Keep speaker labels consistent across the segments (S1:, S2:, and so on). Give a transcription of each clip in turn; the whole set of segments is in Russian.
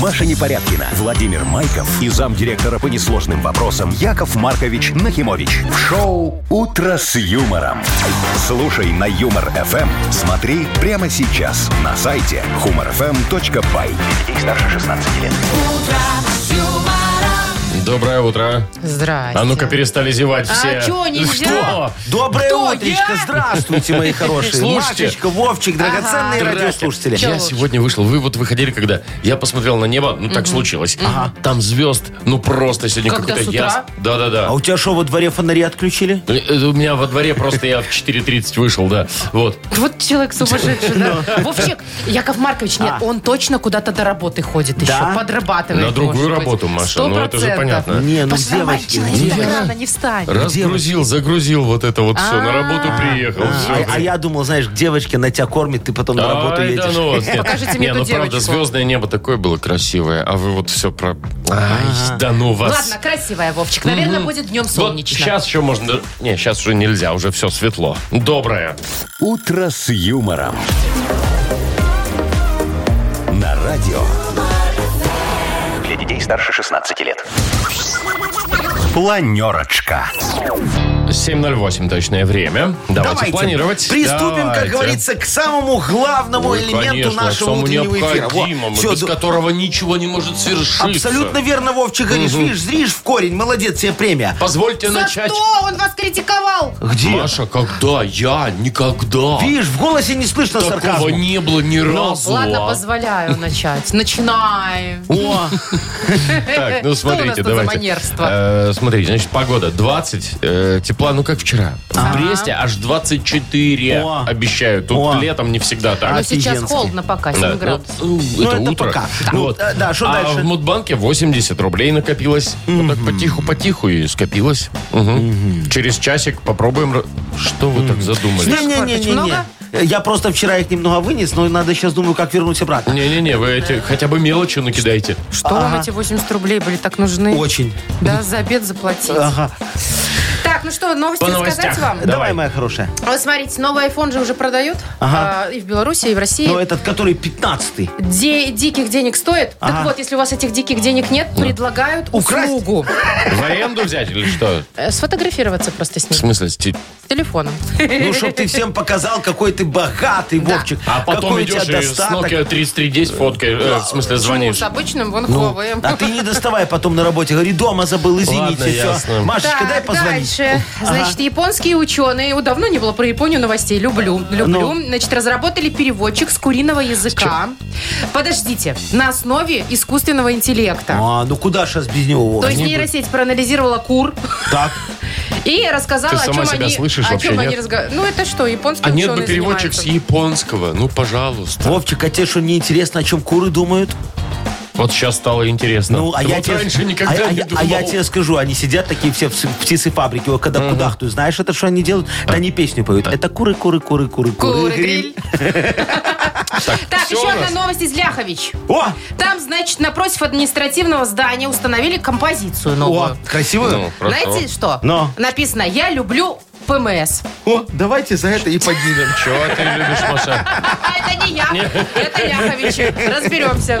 S1: Маша Непорядкина, Владимир Майков и замдиректора по несложным вопросам Яков Маркович Нахимович. В шоу «Утро с юмором». Слушай на «Юмор-ФМ». Смотри прямо сейчас на сайте humorfm.by. Детей старше 16 лет.
S2: Доброе утро.
S3: Здрасте.
S2: А ну-ка перестали зевать все.
S3: А чё, нельзя?
S2: Что?
S4: Доброе
S3: Кто,
S4: утречко,
S3: я?
S4: здравствуйте, мои хорошие.
S2: Слушайте.
S4: Машечка, Вовчик, драгоценные
S2: Здрасте.
S4: радиослушатели.
S2: Я сегодня вышел, вы вот выходили когда? Я посмотрел на небо, ну так случилось. Там звезд, ну просто сегодня
S3: Когда
S2: какой-то
S3: с утра?
S2: яс. Да-да-да.
S4: А у тебя что, во дворе фонари отключили?
S2: Э, э, У меня во дворе просто я в 4.30 вышел, да. Вот.
S3: Вот человек сумасшедший, да?
S4: Ну.
S3: Вовчик, Яков Маркович, нет, он точно куда-то до работы ходит еще,
S4: А. Да?
S3: подрабатывает.
S2: На другую
S3: может быть.
S2: работу, Маша,
S3: Сто
S2: ну это же
S3: процентов.
S2: понятно.
S4: Не, ну
S3: Пошла, мать,
S4: девочки,
S3: человек,
S4: девочки.
S3: так рано не встань.
S2: Разгрузил, загрузил вот это вот все. На работу приехал. всё.
S4: А, а я думал, знаешь, девочки на тебя кормит, ты потом на работу
S2: Ай,
S4: едешь.
S2: да ну вас, нет.
S3: Э, Покажите мне
S2: Не,
S3: эту
S2: ну правда,
S3: девочку.
S2: звездное небо такое было красивое, а вы вот все про...
S4: А.
S2: Ай, да ну вас.
S3: Ладно, красивая, Вовчик. Наверное, будет днем солнечно.
S2: сейчас еще можно... Не, сейчас уже нельзя, уже все светло. Доброе.
S1: «Утро с юмором». На радио. Для детей старше 16 лет. Планерочка.
S2: 7.08 точное время. Давайте, планировать.
S4: Приступим, как
S2: Давайте.
S4: говорится, к самому главному
S2: Ой,
S4: элементу
S2: конечно,
S4: нашего
S2: самому
S4: утреннего эфира. Во,
S2: необходимому,
S4: всё,
S2: без
S4: ду-
S2: которого ничего не может свершиться.
S4: абсолютно верно, Вовчик, говоришь. Видишь, зришь в корень. Молодец, тебе премия.
S2: Позвольте
S3: За
S2: начать.
S3: что он вас критиковал?
S4: Где?
S2: Маша, когда? Я никогда.
S4: Видишь, в голосе не слышно
S2: Такого
S4: сарказма.
S2: не было
S4: Ну,
S2: ни разу.
S3: Ну, Ладно,
S2: а.
S3: позволяю начать. Начинаем.
S4: О, Э,
S2: Так, ну
S3: Что у нас
S2: смотрите,
S3: тут за
S2: давайте.
S3: манерство?
S2: Э, смотрите, значит, погода 20, э, тепла, ну как вчера. В Бресте аж 24
S4: А. О.
S2: обещают. Тут
S4: О. А,
S2: летом не всегда
S3: Но
S2: так.
S3: Ну, сейчас
S4: офигенски.
S3: холодно пока, 7
S2: Да, ну,
S3: градусов.
S2: ну,
S4: Ну,
S2: это
S4: это
S2: утро.
S4: пока. Ну, э, да, что
S2: а
S4: дальше?
S2: в Мудбанке 80 рублей накопилось. Вот так потиху-потиху и скопилось. Мгм. Через часик попробуем. ра- Что вы так задумались?
S4: не-не-не-не.
S3: много?
S4: Я просто вчера их немного вынес, но надо сейчас думаю, как вернуть обратно.
S2: Не-не-не, вы эти хотя бы мелочи накидайте.
S3: Что вам эти 80 рублей были так нужны?
S4: Очень.
S3: Да, за обед заплатить.
S4: Ага.
S3: Так, ну что, новости
S2: По новостям.
S3: рассказать вам?
S2: Да. Давай.
S4: Давай, моя хорошая.
S3: А Вот смотрите, новый iPhone же уже продают.
S4: Ага.
S3: А, и в Беларуси, и в России.
S4: Но Ну, этот, который 15-й.
S3: Де- диких денег стоит.
S4: Ага. Ну.
S3: Так вот, если у вас этих диких денег нет, предлагают
S4: Украсть?
S3: услугу.
S2: В аренду взять или что?
S3: Э, Сфотографироваться просто с
S2: В
S3: ним.
S2: смысле, сти-
S3: С телефоном.
S4: Ну, чтоб ты всем показал, какой ты богатый, Вовчик.
S2: а потом
S4: какой у
S2: идешь
S4: тебя
S2: и с
S4: достаток.
S2: Nokia 3310 фоткой, э, в смысле, звонишь.
S3: С обычным вон
S4: Ну,
S3: хлопаем.
S4: а ты не доставай потом на работе. Говори, дома забыл, извините.
S2: Ладно,
S4: всё.
S2: ясно.
S4: Машечка,
S3: Так,
S4: дай позвонить.
S3: дальше. Значит, японские ученые, у давно не было про Японию новостей, люблю, люблю.
S4: Ну.
S3: Значит, разработали переводчик с куриного языка. Подождите, на основе искусственного интеллекта.
S4: А, ну куда сейчас без него? Вов?
S3: То есть нейросеть проанализировала кур
S4: Так,
S3: и рассказала,
S2: Ты
S3: о
S2: сама
S3: чем
S2: себя
S3: они,
S2: слышишь
S3: о
S2: вообще,
S3: чем
S2: нет?
S3: они разговаривают. Ну это что, японские
S2: А нет бы
S3: ученые
S2: переводчик с
S3: занимаются.
S2: японского. Ну, пожалуйста.
S4: Вовчик, а тебе что, не интересно, о чем куры думают?
S2: Вот сейчас стало интересно.
S4: Ну, а
S2: Ты
S4: я
S2: вот
S4: тебе...
S2: раньше никогда
S4: а, а
S2: не
S4: я- а
S2: думал.
S4: я тебе скажу, они сидят такие все в с- в птицефабрике, вот когда кудахтают. Знаешь, это что они делают? Да
S2: А.
S4: они песню поют. Это куры, куры, куры, куры,
S3: Куры,
S4: куры.
S3: гриль. Так,
S2: всё
S3: еще
S2: у
S3: одна
S2: нас?
S3: новость из Ляхович.
S4: О,
S3: Там, значит, напротив административного здания установили композицию новую.
S4: о, красиво.
S2: Ну, хорошо.
S3: Знаете что?
S4: Но.
S3: Написано «Я люблю ПМС».
S4: О, давайте за это и поднимем.
S2: Чего ты любишь, Маша?
S3: А это не я, это Якович. Разберемся.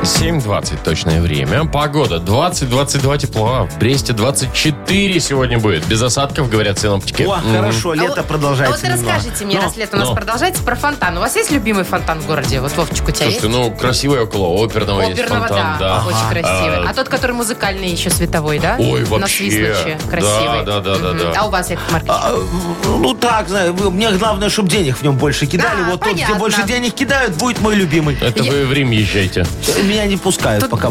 S2: 7.20 точное время. Погода 20-22 тепла. В Бресте 24 сегодня будет. Без осадков, говорят синоптики.
S4: О,
S2: М.
S4: хорошо,
S3: А
S4: лето
S3: вот-
S4: продолжается
S3: а Вот
S4: немного. Ну,
S3: расскажите мне,
S2: Но,
S3: раз лето у нас
S2: но.
S3: продолжается, про фонтан. У вас есть любимый фонтан в городе? Вот Вовчик, у тебя
S2: Слушайте,
S3: есть?
S2: ну, красивый около оперного, есть
S3: Оперного,
S2: фонтан.
S3: да,
S2: Да. э,
S3: очень красивый. А тот, который музыкальный еще световой, да?
S2: Ой,
S3: На
S2: вообще.
S3: Свислоче,
S2: Да,
S3: красивый.
S2: да, да, да,
S3: Мгм.
S2: да.
S3: А у вас, Яков Маркович?
S4: А, Ну так, знаю, вы- мне главное, чтобы денег в нем больше кидали.
S3: Да,
S4: вот тот, где
S3: понятно.
S4: больше денег кидают, будет мой любимый. Э,
S2: Это вы в Рим езжайте.
S4: Меня не пускают пока.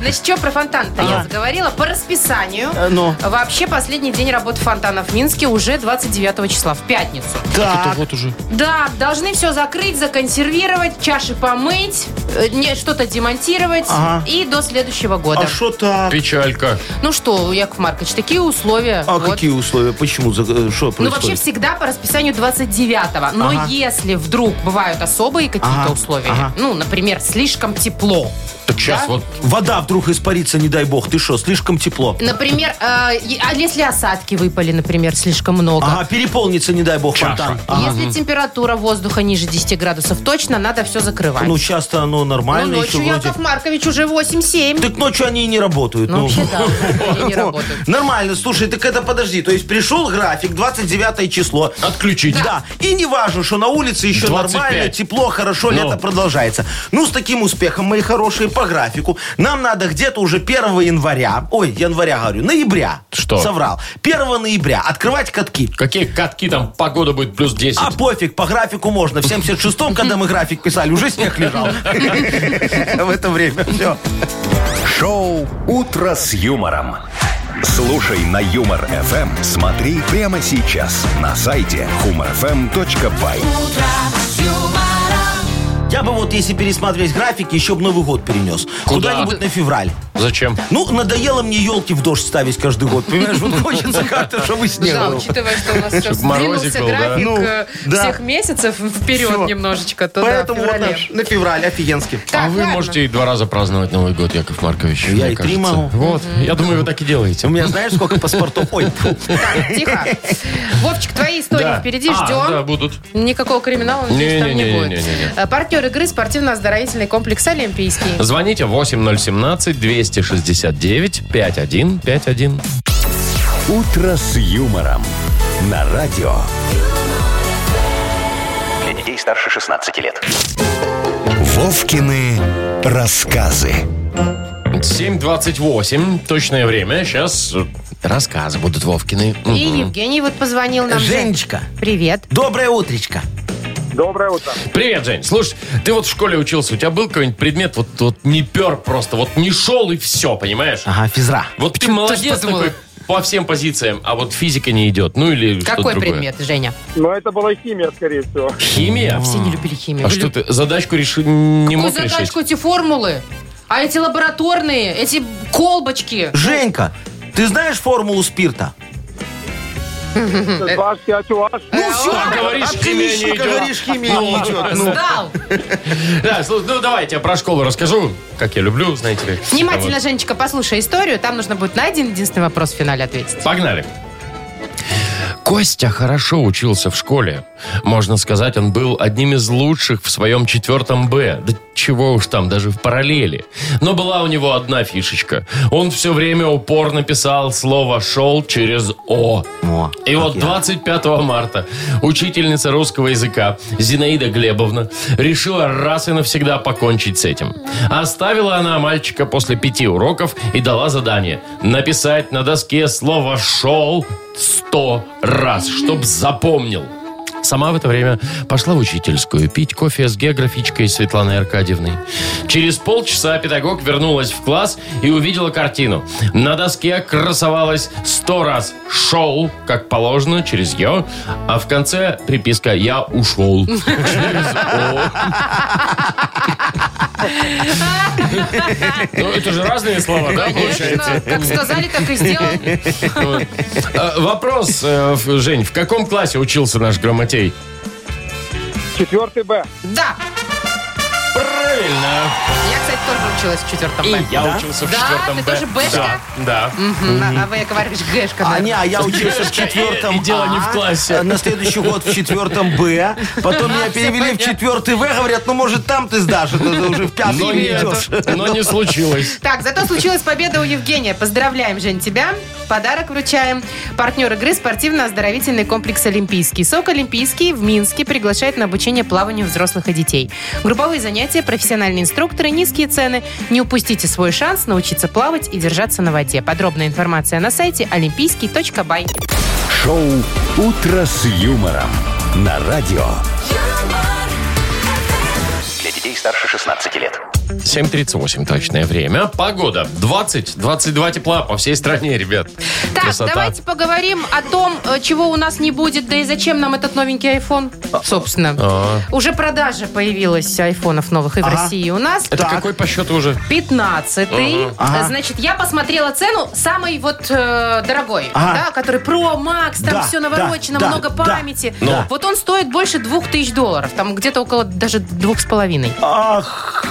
S3: Значит, что про фонтан-то я заговорила? По расписанию.
S4: Э, ну.
S3: Вообще, последний день работы фонтана в Минске уже 29 числа, в пятницу.
S2: Это
S4: Так, А
S2: вот уже.
S3: Да, должны все закрыть, законсервировать, чаши помыть, э, не- что-то демонтировать
S4: Ага.
S3: и до следующего года.
S4: а что так?
S2: Печалька.
S3: Ну что, Яков Маркович, такие условия.
S4: А
S3: вот.
S4: какие условия? Почему? За- э, Что
S3: Ну, вообще
S4: происходит?
S3: всегда по расписанию 29-го. Но
S4: Ага.
S3: если вдруг бывают особые какие-то
S4: Ага,
S3: условия,
S4: ага.
S3: ну, например, слишком тепло.
S2: Так сейчас
S3: Да?
S2: вот
S4: Вода вдруг испарится, не дай бог. Ты что, слишком тепло?
S3: Например, э, и- а если осадки выпали, например, слишком много?
S4: Ага, переполнится, не дай бог,
S2: Чаша.
S4: фонтан. А,
S3: Если температура воздуха ниже 10 градусов, точно надо все закрывать.
S4: Ну, часто оно
S3: Но
S4: нормально еще
S3: Ну, ночью
S4: вроде.
S3: Яков Маркович уже 8-7.
S4: Так ночью они и не работают.
S3: Ну,
S4: ну.
S3: вообще, да, они не работают.
S4: Нормально, слушай, так это подожди. То есть пришел график, 29 число.
S2: отключить.
S4: Да. И не важно, что на улице еще
S2: 25.
S4: нормально, тепло, хорошо,
S2: Ну.
S4: лето продолжается. Ну, с таким успехом, мои хорошие, по графику, нам надо где-то уже 1 января, ой, января говорю, ноября.
S2: Что?
S4: Соврал. 1 ноября открывать катки.
S2: Какие катки там, погода будет плюс 10.
S4: А пофиг, по графику можно. В 76-м, когда мы график писали, уже снег лежал. В это время все.
S1: Шоу «Утро с юмором». Слушай на Юмор ФМ. Смотри прямо сейчас на сайте humorfm.by.
S4: Я бы вот, если пересматривать график, еще бы Новый год перенес.
S2: Куда?
S4: Куда-нибудь на февраль.
S2: Зачем?
S4: Ну, надоело мне елки в дождь ставить каждый год. Понимаешь, вот хочется как-то, чтобы снег
S3: Да,
S4: был.
S3: учитывая, что у нас сейчас
S2: морозик
S3: сдвинулся
S2: был, да.
S3: график
S4: Ну,
S3: э,
S4: да.
S3: всех месяцев вперед
S4: Всё.
S3: немножечко, то да, в
S4: Поэтому вот
S3: феврале.
S4: наш- на февраль офигенский.
S2: а
S3: Так,
S2: вы
S3: ладно.
S2: можете и два раза праздновать Новый год, Яков Маркович.
S4: Я
S2: мне
S4: и три
S2: кажется.
S4: могу.
S2: Вот, я думаю, вы так и делаете.
S4: У меня знаешь, сколько паспортов? Ой, фу.
S3: Так, тихо. Вовчик, твои истории
S2: Да.
S3: впереди,
S2: А,
S3: ждем.
S2: да, будут.
S3: Никакого криминала, надеюсь, там не, будет.
S2: Не-не-не-не-не-не.
S3: Э, Партнер игры спортивно-оздоровительный комплекс «Олимпийский».
S2: Звоните 8017-269-5151.
S1: «Утро с юмором» на радио.
S5: Для детей старше 16 лет.
S1: Вовкины рассказы.
S2: 7.28, точное время. Сейчас рассказы будут Вовкины.
S3: И Евгений вот позвонил нам. же.
S4: Женечка,
S3: Привет.
S4: доброе утречко.
S6: Доброе утро.
S2: Привет, Жень. Слушай, ты вот в школе учился, у тебя был какой-нибудь предмет, вот, вот не пер просто, вот не шел и все, понимаешь?
S4: Ага, физра.
S2: Вот ты
S3: ты
S2: молодец
S3: что думала?
S2: такой по всем позициям, а вот физика не идет. Ну или что-то
S3: Какой
S2: другое.
S3: предмет, Женя?
S6: Но это была химия, скорее всего.
S2: Химия?
S3: Все не любили химию.
S2: А
S3: Вы
S2: что
S3: люб-
S2: ты, задачку реши... не
S3: Какую
S2: мог
S3: задачку
S2: решить?
S3: эти формулы? А эти лабораторные, эти колбочки?
S4: Женька, ты знаешь формулу спирта?
S3: Хм. Ну все,
S2: А говоришь, химия не
S4: Отлично,
S2: идет.
S4: говоришь, химия не идет. Ну,
S3: сдал.
S2: Да, слушай, ну давай я тебе про школу расскажу, как я люблю, знаете ли.
S3: Внимательно,
S2: Вот.
S3: Женечка, послушай историю. Там нужно будет на один единственный вопрос в финале ответить.
S2: Погнали. Костя хорошо учился в школе. Можно сказать, он был одним из лучших в своем четвертом Б. Да чего уж там, даже в параллели. Но была у него одна фишечка. Он все время упорно писал слово «шел» через «о».
S4: О,
S2: И
S4: как
S2: вот
S4: я.
S2: 25 марта учительница русского языка Зинаида Глебовна решила раз и навсегда покончить с этим. Оставила она мальчика после пяти уроков и дала задание написать на доске слово «шел» сто раз, чтоб запомнил. Сама в это время пошла в учительскую пить кофе с географичкой Светланой Аркадьевной. Через полчаса педагог вернулась в класс и увидела картину. На доске красовалось сто раз «шел», как положено, через «ё», а в конце приписка «я ушел». Через «о». Ну, это же разные слова, да,
S3: Конечно,
S2: получается?
S3: как сказали, так и сделал.
S2: Э, Вопрос, э, в- Жень, в каком классе учился наш грамотей?
S6: Четвертый Б.
S3: Да.
S2: Правильно.
S3: Я, кстати, тоже училась в четвертом Б.
S2: Я учился в
S3: Да,
S2: четвертом
S3: ты
S2: Б.
S3: тоже Бэшка?
S2: Да. да.
S3: Мгм, А а вы говоришь Гэшка.
S4: А, не,
S3: наверное.
S4: а я учился в четвертом
S2: И дело не в
S4: А,
S2: классе.
S4: На следующий год в четвертом Б. Потом меня перевели в четвертый В. Говорят, ну, может, там ты сдашь. Это ты уже в пятый
S2: Но
S4: не
S2: нет,
S4: идешь.
S2: но не случилось.
S3: Так, зато случилась победа у Евгения. Поздравляем, Жень, тебя. Подарок вручаем. Партнер игры спортивно-оздоровительный комплекс «Олимпийский». СОК «Олимпийский» в Минске приглашает на обучение плаванию взрослых и детей. Групповые занятия, профессиональные инструкторы, низкие цены. Не упустите свой шанс научиться плавать и держаться на воде. Подробная информация на сайте олимпийский.бай.
S1: Шоу «Утро с юмором» на радио.
S5: Для детей старше 16 лет.
S2: 7.38 точное время. Погода 20-22 тепла по всей стране, ребят.
S3: Так,
S2: Красота.
S3: давайте поговорим о том, э, чего у нас не будет, да и зачем нам этот новенький iPhone,
S4: А,
S3: собственно.
S2: А.
S3: Уже продажа появилась айфонов новых и в
S4: Ага.
S3: России, и у нас.
S2: Это
S4: Так.
S2: какой по счету уже?
S3: 15
S4: Ага.
S3: Значит, я посмотрела цену самый вот э, дорогой,
S4: Ага.
S3: да, который Pro Max, там
S4: Да,
S3: все
S4: да,
S3: наворочено,
S4: да,
S3: много
S4: да, Ну.
S3: памяти.
S4: да.
S3: Вот
S4: А,
S3: он стоит больше 2000 долларов, там где-то около даже двух с половиной.
S4: Ах,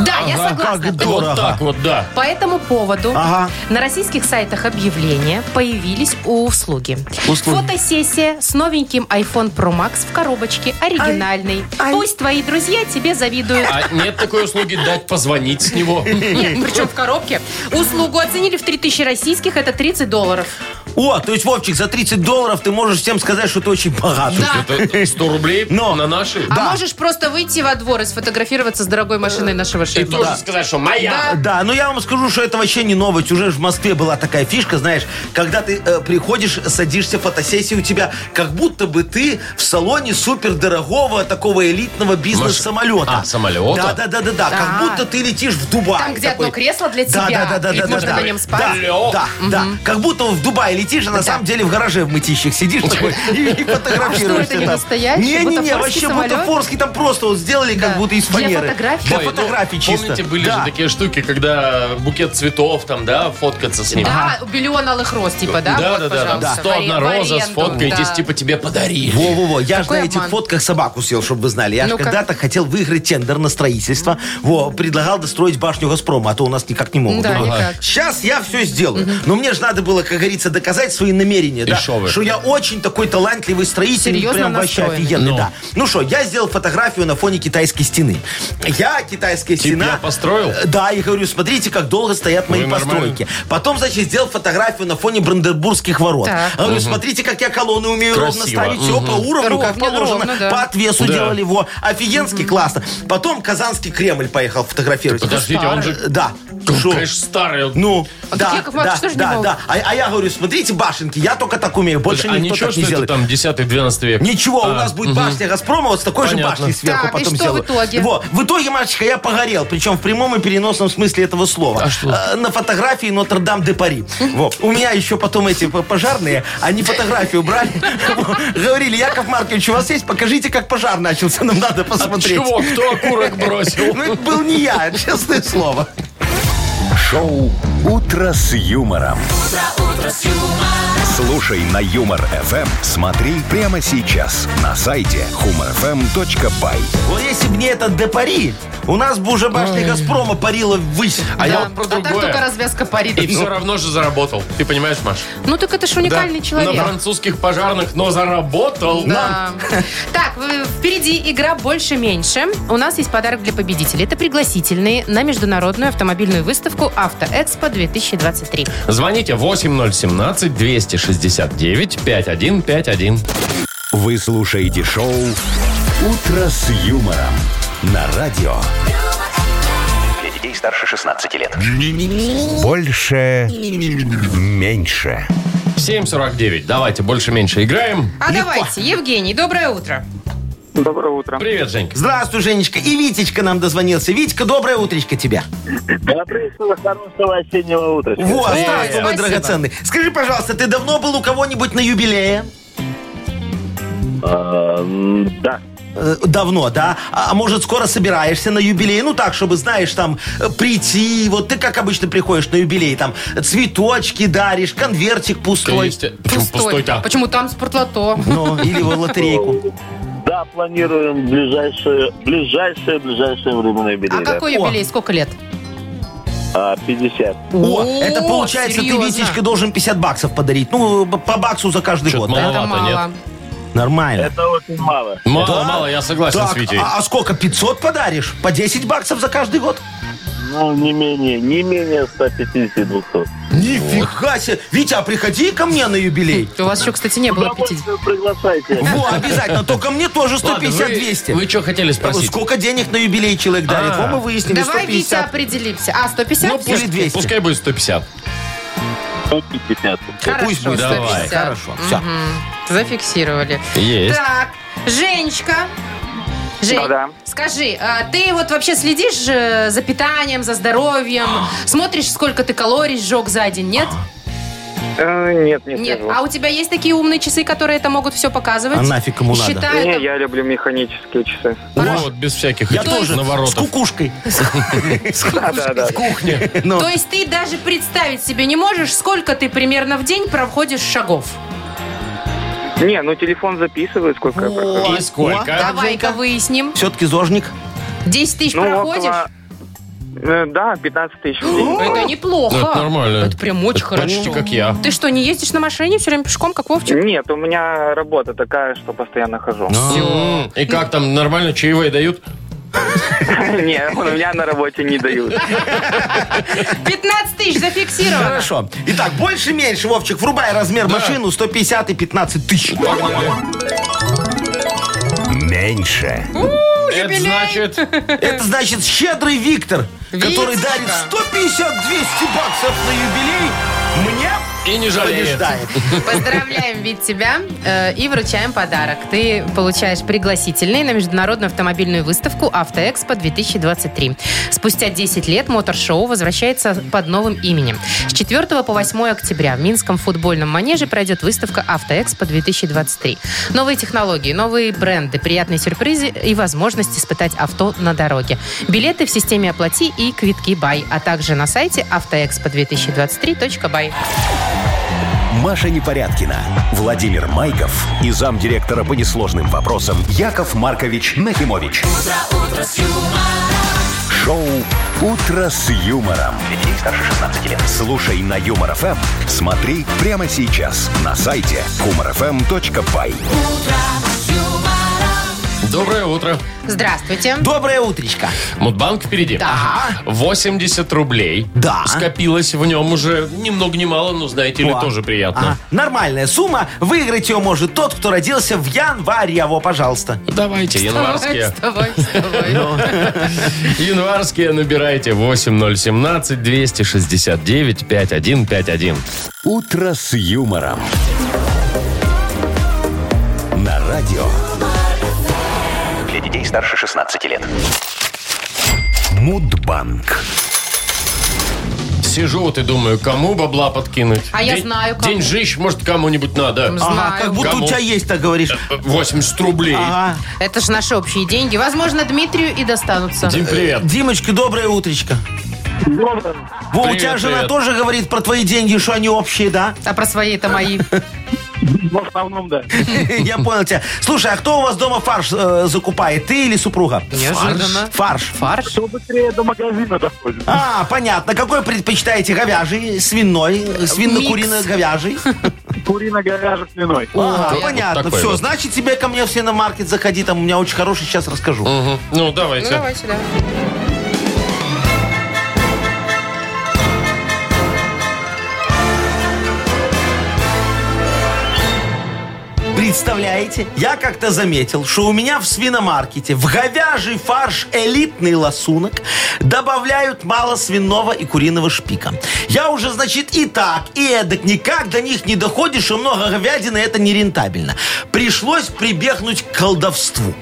S3: Да, я
S2: Ага,
S3: согласна.
S4: А, как
S2: Вот
S4: Дорого.
S2: так вот, да.
S3: По этому поводу
S4: Ага.
S3: на российских сайтах объявления появились услуги.
S4: Услуги.
S3: Фотосессия с новеньким iPhone Pro Max в коробочке, оригинальный. Пусть твои друзья тебе завидуют.
S2: А нет такой услуги дать позвонить с него.
S3: Нет, причем в коробке. Услугу оценили в 3000 российских, это 30 долларов.
S4: О, то есть, Вовчик, за 30 долларов ты можешь всем сказать, что ты очень богатый.
S3: Да.
S2: Это 100 рублей
S4: Но.
S2: на наши.
S3: А можешь просто выйти во двор и сфотографироваться с дорогой машиной нашего
S2: Э, И
S3: шефа.
S2: тоже сказать, что моя.
S4: Да, но я вам скажу, что это вообще не новость. Уже ж в Москве была такая фишка, знаешь, когда ты э, приходишь, садишься в фотосессии, у тебя как будто бы ты в салоне супердорогого такого элитного бизнес-самолета.
S2: А, самолета?
S4: Да, да, да, да,
S3: Да.
S4: да. Как будто ты летишь в Дубай.
S3: Там, где
S4: Такой.
S3: одно кресло для
S4: Да,
S3: тебя.
S4: да, да, да,
S3: и
S4: да,
S3: можно
S4: да,
S3: на
S4: да.
S3: нем спать.
S2: Лёг.
S4: Да, да. Как будто в Дубае летишь, а на самом деле в гараже в мытищах сидишь такой и, и
S3: А что,
S4: фотографируешься
S3: это не
S4: там.
S3: настоящий
S4: Не-не-не,
S3: бутафорский
S4: вообще
S3: самолет?
S4: бутафорский там просто вот сделали
S3: Да.
S4: как будто из
S3: Для
S4: фанеры.
S3: фотографий?
S4: Для
S2: Ой, ну,
S4: фотографий чисто.
S2: Помните, были
S4: Да.
S2: же такие штуки, когда букет цветов там, да, фоткаться с ним.
S3: Да, миллион алых роз, типа, да?
S2: да,
S3: Вот,
S2: да, да,
S3: пожалуйста,
S2: там 101
S3: в аре- в
S2: роза,
S3: аренду,
S2: сфоткайтесь,
S3: да.
S2: типа тебе подарили.
S4: Во-во-во, я же
S3: Какой
S4: на этих
S3: обман?
S4: фотках собаку съел, чтобы вы знали. Я же
S3: Ну-ка.
S4: когда-то хотел выиграть тендер на строительство. Во, предлагал достроить башню Газпрома, а то у нас никак не могут.
S3: Да,
S4: Думаю,
S3: никак.
S4: Сейчас я все сделаю. Но мне же надо было, как говорится, доказать свои намерения, да,
S2: шо вы?
S4: что я очень такой талантливый строитель,
S3: Серьезно
S4: прям вообще
S3: настроенный.
S4: офигенный,
S2: Ну.
S4: да. Ну что, я сделал фотографию на фоне китайской стены. Я китайская
S2: Типа
S4: стена.
S2: я построил?
S4: Э, Да, и говорю, смотрите, как долго стоят мои
S2: Ну и нормально.
S4: постройки. Потом, значит, сделал фотографию на фоне Брандербургских ворот.
S3: Так.
S4: Говорю, смотрите, как я колонны умею ровно
S2: Красиво.
S4: ставить, все по уровню, как
S3: Ровно,
S4: положено.
S3: ровно, да.
S4: По отвесу
S2: Да.
S4: делали его. Офигенски классно. Потом Казанский Кремль поехал фотографировать.
S2: Подождите, он же,
S4: Э, Да. Шо?
S2: конечно, старый.
S4: Ну,
S3: А так
S4: да,
S3: Яков Маркович
S4: да,
S3: тоже не
S4: да,
S3: мог?
S4: да. А, а я говорю, смотрите, башенки, я только так умею, больше
S2: а
S4: никто
S2: ничего,
S4: так
S2: что
S4: не
S2: это
S4: делает.
S2: там 10-12 век?
S4: Ничего,
S2: А,
S4: у нас будет башня Газпрома вот с такой
S2: Понятно.
S4: же башней сверху
S3: Так, и
S4: потом
S3: что
S4: сделаю.
S3: в итоге?
S4: Во. В итоге, мальчика, я погорел, причем в прямом и переносном смысле этого слова.
S2: А что?
S4: Э, На фотографии Нотр-Дам де Пари. Во. У меня еще потом эти п- пожарные, они фотографию брали, Во. говорили, Яков Маркович, у вас есть, покажите, как пожар начался, нам надо посмотреть.
S2: А Чего? Кто окурок бросил?
S4: Ну, это был не я, честное слово.
S1: Шоу «Утро с юмором». Слушай на Юмор ФМ, смотри прямо сейчас на сайте humorfm.by.
S4: Вот если бы не этот де Пари, у нас бы уже башня Газпрома парила ввысь.
S2: А я
S3: Да.
S2: вот про
S3: А так только
S2: другое.
S3: развязка пари.
S2: И
S4: ну.
S2: все равно же заработал. Ты понимаешь, Маш?
S3: Ну так это ж уникальный
S2: Да. На
S3: человек.
S2: французских пожарных, но заработал.
S3: Да. Так, вы- впереди игра «Больше-меньше». У нас есть подарок для победителей. Это пригласительные на международную автомобильную выставку «Автоэкспо-2023».
S2: Звоните 8017-269-5151.
S1: Вы слушаете шоу «Утро с юмором» на радио.
S5: Для детей старше 16 лет.
S1: Больше, меньше.
S2: 7.49. Давайте больше-меньше играем.
S3: А давайте, Евгений, доброе утро.
S6: Доброе утро.
S2: Привет, Женька.
S4: Здравствуй, Женечка. И Витечка нам дозвонился. Витька, доброе утречко тебе.
S7: Добрый хорошего осеннего утра.
S4: Вот, здравствуй, мой
S3: спасибо.
S4: драгоценный. Скажи, пожалуйста, ты давно был у кого-нибудь на юбилее?
S7: А, м, да.
S4: Э, Давно, да? А может, скоро собираешься на юбилей? Ну, так, чтобы, знаешь, там, э, прийти. Вот ты, как обычно, приходишь на юбилей, там, цветочки даришь, конвертик пустой.
S2: Есть- Почему
S3: Пустой. А
S2: пустой-то?
S3: Почему там спортлото?
S4: Ну, или вот лотерейку.
S7: Да, планируем ближайшее, ближайшее, ближайшее время на юбилей.
S3: А
S7: да.
S3: какой юбилей? Сколько лет?
S7: А, 50.
S4: О,
S3: О,
S4: это получается,
S3: серьезно?
S4: ты, Витечка, должен 50 баксов подарить. Ну, б- по баксу за каждый
S2: Чё-то
S4: год. да?
S2: Маловато,
S3: Это мало.
S4: Нормально.
S7: Это очень мало.
S2: Мало,
S4: Да?
S2: мало, я согласен с
S4: Так,
S2: Витей.
S4: а а сколько, 500 подаришь? По 10 баксов за каждый год?
S7: Ну, не менее, не менее 150-200.
S4: Нифига себе! Витя, а приходи ко мне на юбилей.
S3: У вас еще, кстати, не было 50.
S7: Удовольствие Ну, приглашайте.
S4: Во, обязательно. Только мне тоже
S2: Ладно, вы-
S4: 150-200.
S2: Вы что хотели спросить?
S4: Ну, Сколько денег на юбилей человек дарит?
S2: А.
S4: Во, мы выяснили,
S3: Давай, Витя,
S4: 150.
S3: определимся. А, 150?
S4: Ну, пусть- Или 200.
S2: Пускай будет 150.
S7: 150.
S3: Хорошо,
S4: Пусть будет.
S2: давай.
S3: 150.
S4: Хорошо, всё.
S3: Мгм. Зафиксировали.
S2: Есть.
S3: Так, Женечка. Жень,
S6: Да-да.
S3: скажи, а ты вот вообще следишь э, за питанием, за здоровьем? Смотришь, сколько ты калорий сжег за день, нет?
S6: Э, Нет, не
S3: Нет.
S6: слежу.
S3: А у тебя есть такие умные часы, которые это могут все показывать?
S4: А нафиг ему надо?
S3: Считают,
S6: Не, я люблю механические часы.
S2: Ну, вот без всяких
S4: Я
S2: этих
S4: тоже. С
S2: наворотов.
S4: кукушкой.
S6: Да, да, да.
S4: Ну,
S3: То есть ты даже представить себе не можешь, сколько ты примерно в день проходишь шагов.
S6: Не, ну телефон записывает, сколько я прохожу.
S2: И сколько? а?
S3: Давай-ка выясним.
S4: Все-таки зожник.
S3: 10 тысяч
S6: Ну,
S3: проходишь?
S6: около... Э, Да, 15 тысяч в день.
S3: Это неплохо.
S2: Ну, это нормально.
S3: Это прям очень
S2: Это
S3: хорошо.
S2: почти как я.
S3: Ты что, не ездишь на машине все время пешком, как Вовчик?
S6: Нет, у меня работа такая, что постоянно хожу.
S2: М, И как там, нормально чаевые дают?
S6: Нет, у меня на работе не дают. Э.
S3: 15 тысяч зафиксировано.
S4: Хорошо. Итак, больше-меньше, Вовчик, врубай размер машину 150 и 15 тысяч.
S1: Меньше.
S2: Это значит...
S4: Это значит щедрый Виктор,
S3: Витечка.
S4: который дарит 150-200 баксов на юбилей мне
S2: И не жалеет.
S4: побеждает.
S3: Поздравляем ведь тебя э, и вручаем подарок. Ты получаешь пригласительный на международную автомобильную выставку «Автоэкспо-2023». Спустя 10 лет мотор-шоу возвращается под новым именем. С 4 по 8 октября в Минском футбольном манеже пройдет выставка «Автоэкспо-2023». Новые технологии, новые бренды, приятные сюрпризы и возможность испытать авто на дороге. Билеты в системе «Оплати» и «Квитки Бай», а также на сайте автоэкспо2023.бай.
S1: Маша Непорядкина, Владимир Майков и замдиректора по несложным вопросам Яков Маркович Нахимович. Шоу Утро с юмором. Для детей старше 16 лет. Слушай на юмор ФМ. Смотри прямо сейчас на сайте эм humorfm.by.
S2: Доброе утро.
S3: Здравствуйте.
S4: Доброе утречко.
S2: Мудбанк впереди.
S4: Да.
S2: 80 рублей.
S4: Да.
S2: Скопилось в нем уже ни много ни мало, но знаете ли,
S4: О.
S2: тоже приятно.
S4: Ага. Нормальная сумма. Выиграть ее может тот, кто родился в январе. Во, пожалуйста.
S2: Давайте, январские.
S3: Вставай, вставай, вставай.
S2: Январские набирайте 8017 269 5151.
S1: Утро с юмором. На радио
S5: Для детей старше 16 лет.
S1: Мудбанк.
S2: Сижу вот и думаю, кому бабла подкинуть?
S3: А я знаю, кому.
S2: Деньжищ, может, кому-нибудь надо.
S3: Знаю.
S4: Ага, как будто
S2: Кому? Э,
S4: у тебя есть, так говоришь.
S2: 80 рублей.
S4: Ага.
S3: Это же наши общие деньги. Возможно, Дмитрию и достанутся.
S2: Дим, привет.
S4: Димочка, доброе утречко. Во, у
S2: Привет,
S4: тебя жена
S2: привет.
S4: тоже говорит про твои деньги, что они общие, да?
S3: А про свои-то мои.
S6: В основном, да.
S4: Я понял тебя. Слушай, а кто у вас дома фарш э, закупает? Ты или супруга?
S3: Неожиданно.
S4: Фарш.
S3: Фарш.
S6: Кто быстрее до магазина доходит?
S4: А, понятно. Какой предпочитаете? Говяжий, свиной, э, свино-курино-говяжий?
S6: Курино-говяжий свиной.
S4: Ага,
S2: вот
S4: понятно.
S2: такой
S4: Все,
S2: вот.
S4: значит, тебе ко мне в свиномаркет заходи, там у меня очень хороший, сейчас расскажу.
S2: Мгм. Ну, давайте.
S3: Ну, давай сюда.
S4: Представляете, я как-то заметил, что у меня в свиномаркете в говяжий фарш элитный лосунок добавляют мало свиного и куриного шпика. Я уже, значит, и так, и эдак никак до них не доходишь, и много говядины это нерентабельно. Пришлось прибегнуть к колдовству.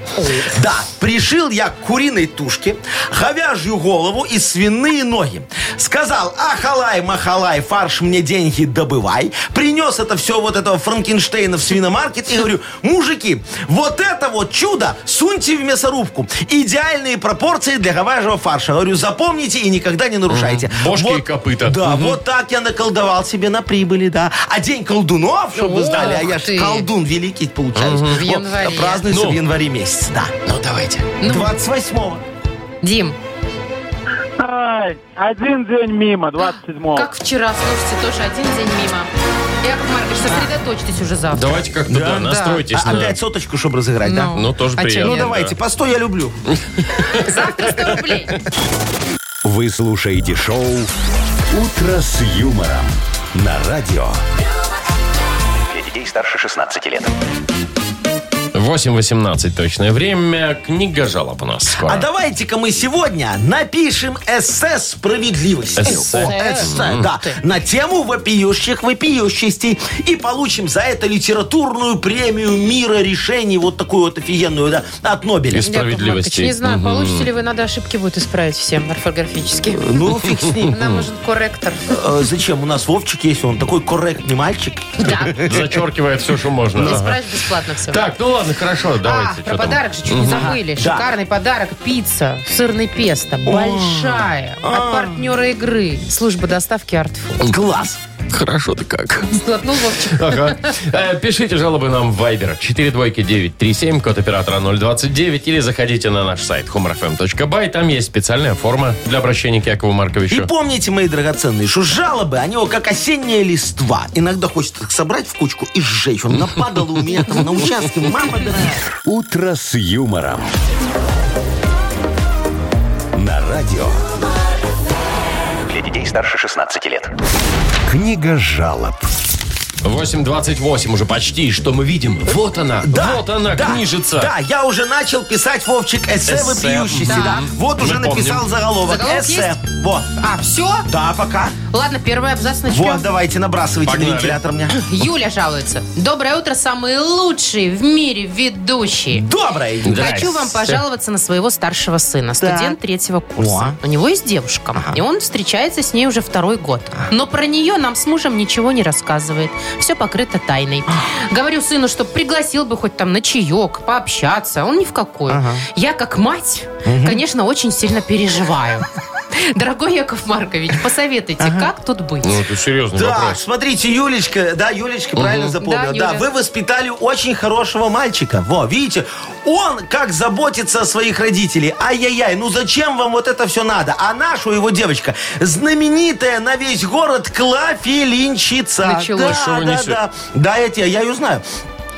S4: Да, пришил я к куриной тушке говяжью голову и свиные ноги. Сказал, ахалай, махалай, фарш мне деньги добывай. Принес это все вот этого Франкенштейна в свиномаркет и говорю, мужики, вот это вот чудо суньте в мясорубку. Идеальные пропорции для говяжьего фарша. Говорю, запомните и никогда не нарушайте.
S2: Бошки
S4: Вот-
S2: и копыта.
S4: Да,
S2: Мгм.
S4: вот так я наколдовал себе на прибыли, да. А день колдунов, чтобы вы знали, а я
S3: Ух
S4: же
S3: ты.
S4: колдун великий получаюсь.
S3: В
S4: Вот,
S3: январе.
S4: Празднуется
S2: Ну.
S4: в январе месяц, да.
S2: Ну, давайте.
S4: 28-го.
S3: Дим,
S6: Ай, один день мимо, 27-го.
S3: как вчера, слушайте, тоже один день мимо. Яков Маркович, сосредоточьтесь уже завтра.
S2: Давайте как-то, да, настройтесь
S4: А,
S2: на...
S4: опять соточку, чтобы разыграть, да?
S2: Ну, тоже
S3: а чё
S2: приятно.
S4: Ну,
S3: нет?
S4: давайте, по 100 я люблю.
S3: Завтра 100 рублей.
S1: Вы слушаете шоу Утро с юмором. На радио
S5: Для детей старше 16 лет.
S2: 8.18 точное время. Книга жалоб у нас скоро.
S4: А давайте-ка мы сегодня напишем эссе справедливости.
S2: Эссе.
S4: О, эссе, да. На тему вопиющих вопиющестей. И получим за это литературную премию мира решений. Вот такую вот офигенную, да, от Нобеля.
S2: Из- Справедливости.
S3: не знаю,
S2: Мгм.
S3: получите ли вы, надо ошибки будет исправить всем орфографически.
S4: Ну, фиг с ним.
S3: Нам нужен корректор.
S4: Э, Зачем? У нас Вовчик есть, он такой корректный мальчик.
S3: Да,
S2: Зачеркивает все, что можно. Ага.
S3: исправишь бесплатно все.
S2: Так, ну ладно, хорошо,
S3: А,
S2: давайте.
S3: про
S2: чё там?
S3: подарок же чуть не забыли. Шикарный подарок. Пицца, сырный
S2: А.
S3: песто, большая, от партнера игры. Служба доставки Артфу.
S4: Класс.
S2: Хорошо ты как.
S3: Сглотнул Вовчик.
S2: Ага. Э, Пишите жалобы нам в Viber 42937, код оператора 029, или заходите на наш сайт humorfm.by. Там есть специальная форма для обращения к Якову
S4: И
S2: Марковичу.
S4: помните, мои драгоценные, что жалобы, они вот как осенние листва. Иногда хочется их собрать в кучку и сжечь. Он нападал у меня там на участке, мама дорогая.
S1: «Утро с юмором». На радио.
S5: Для детей старше 16 лет.
S1: Книга жалоб.
S2: 8.28 уже почти, что мы видим. Вот она, вот она,
S4: да,
S2: книжица.
S4: Да, я уже начал писать, Вовчик, эссе,
S2: Эссе.
S4: вопиющийся.
S3: Да.
S4: Да. Вот
S2: Мы
S4: уже
S2: помним.
S4: написал заголовок.
S3: Заголовок
S4: эссе. Вот.
S3: А, все?
S4: Да, пока.
S3: Ладно, первый абзац
S4: Вот,
S3: начнем.
S4: давайте, набрасывайте
S2: Погнали.
S4: на вентилятор мне.
S3: Юля жалуется. Доброе утро, самые лучшие в мире ведущие.
S4: Доброе. Юля.
S3: Хочу вам
S2: Здрасте.
S3: пожаловаться на своего старшего сына, студент третьего курса. У него есть девушка, и он встречается с ней уже второй год. Но про нее нам с мужем ничего не рассказывает. Все покрыто тайной. Говорю сыну, что пригласил бы хоть там на чаек, пообщаться. Он ни в какую. Я, как мать, конечно, очень сильно переживаю. Дорогой Яков Маркович, посоветуйте, как тут быть?
S2: Ну, это серьезный
S4: Да,
S2: вопрос.
S4: смотрите, Юлечка, да, Юлечка правильно запомнила.
S3: Да,
S4: Да,
S3: Юля.
S4: вы воспитали очень хорошего мальчика. Во, видите, он как заботится о своих родителей. Ай-яй-яй, ну зачем вам вот это все надо? А наша у его девочка знаменитая на весь город клафелинщица.
S3: Началось.
S4: Да,
S2: Что вы
S4: да,
S2: несете?
S4: да. Да, я тебя, я ее знаю.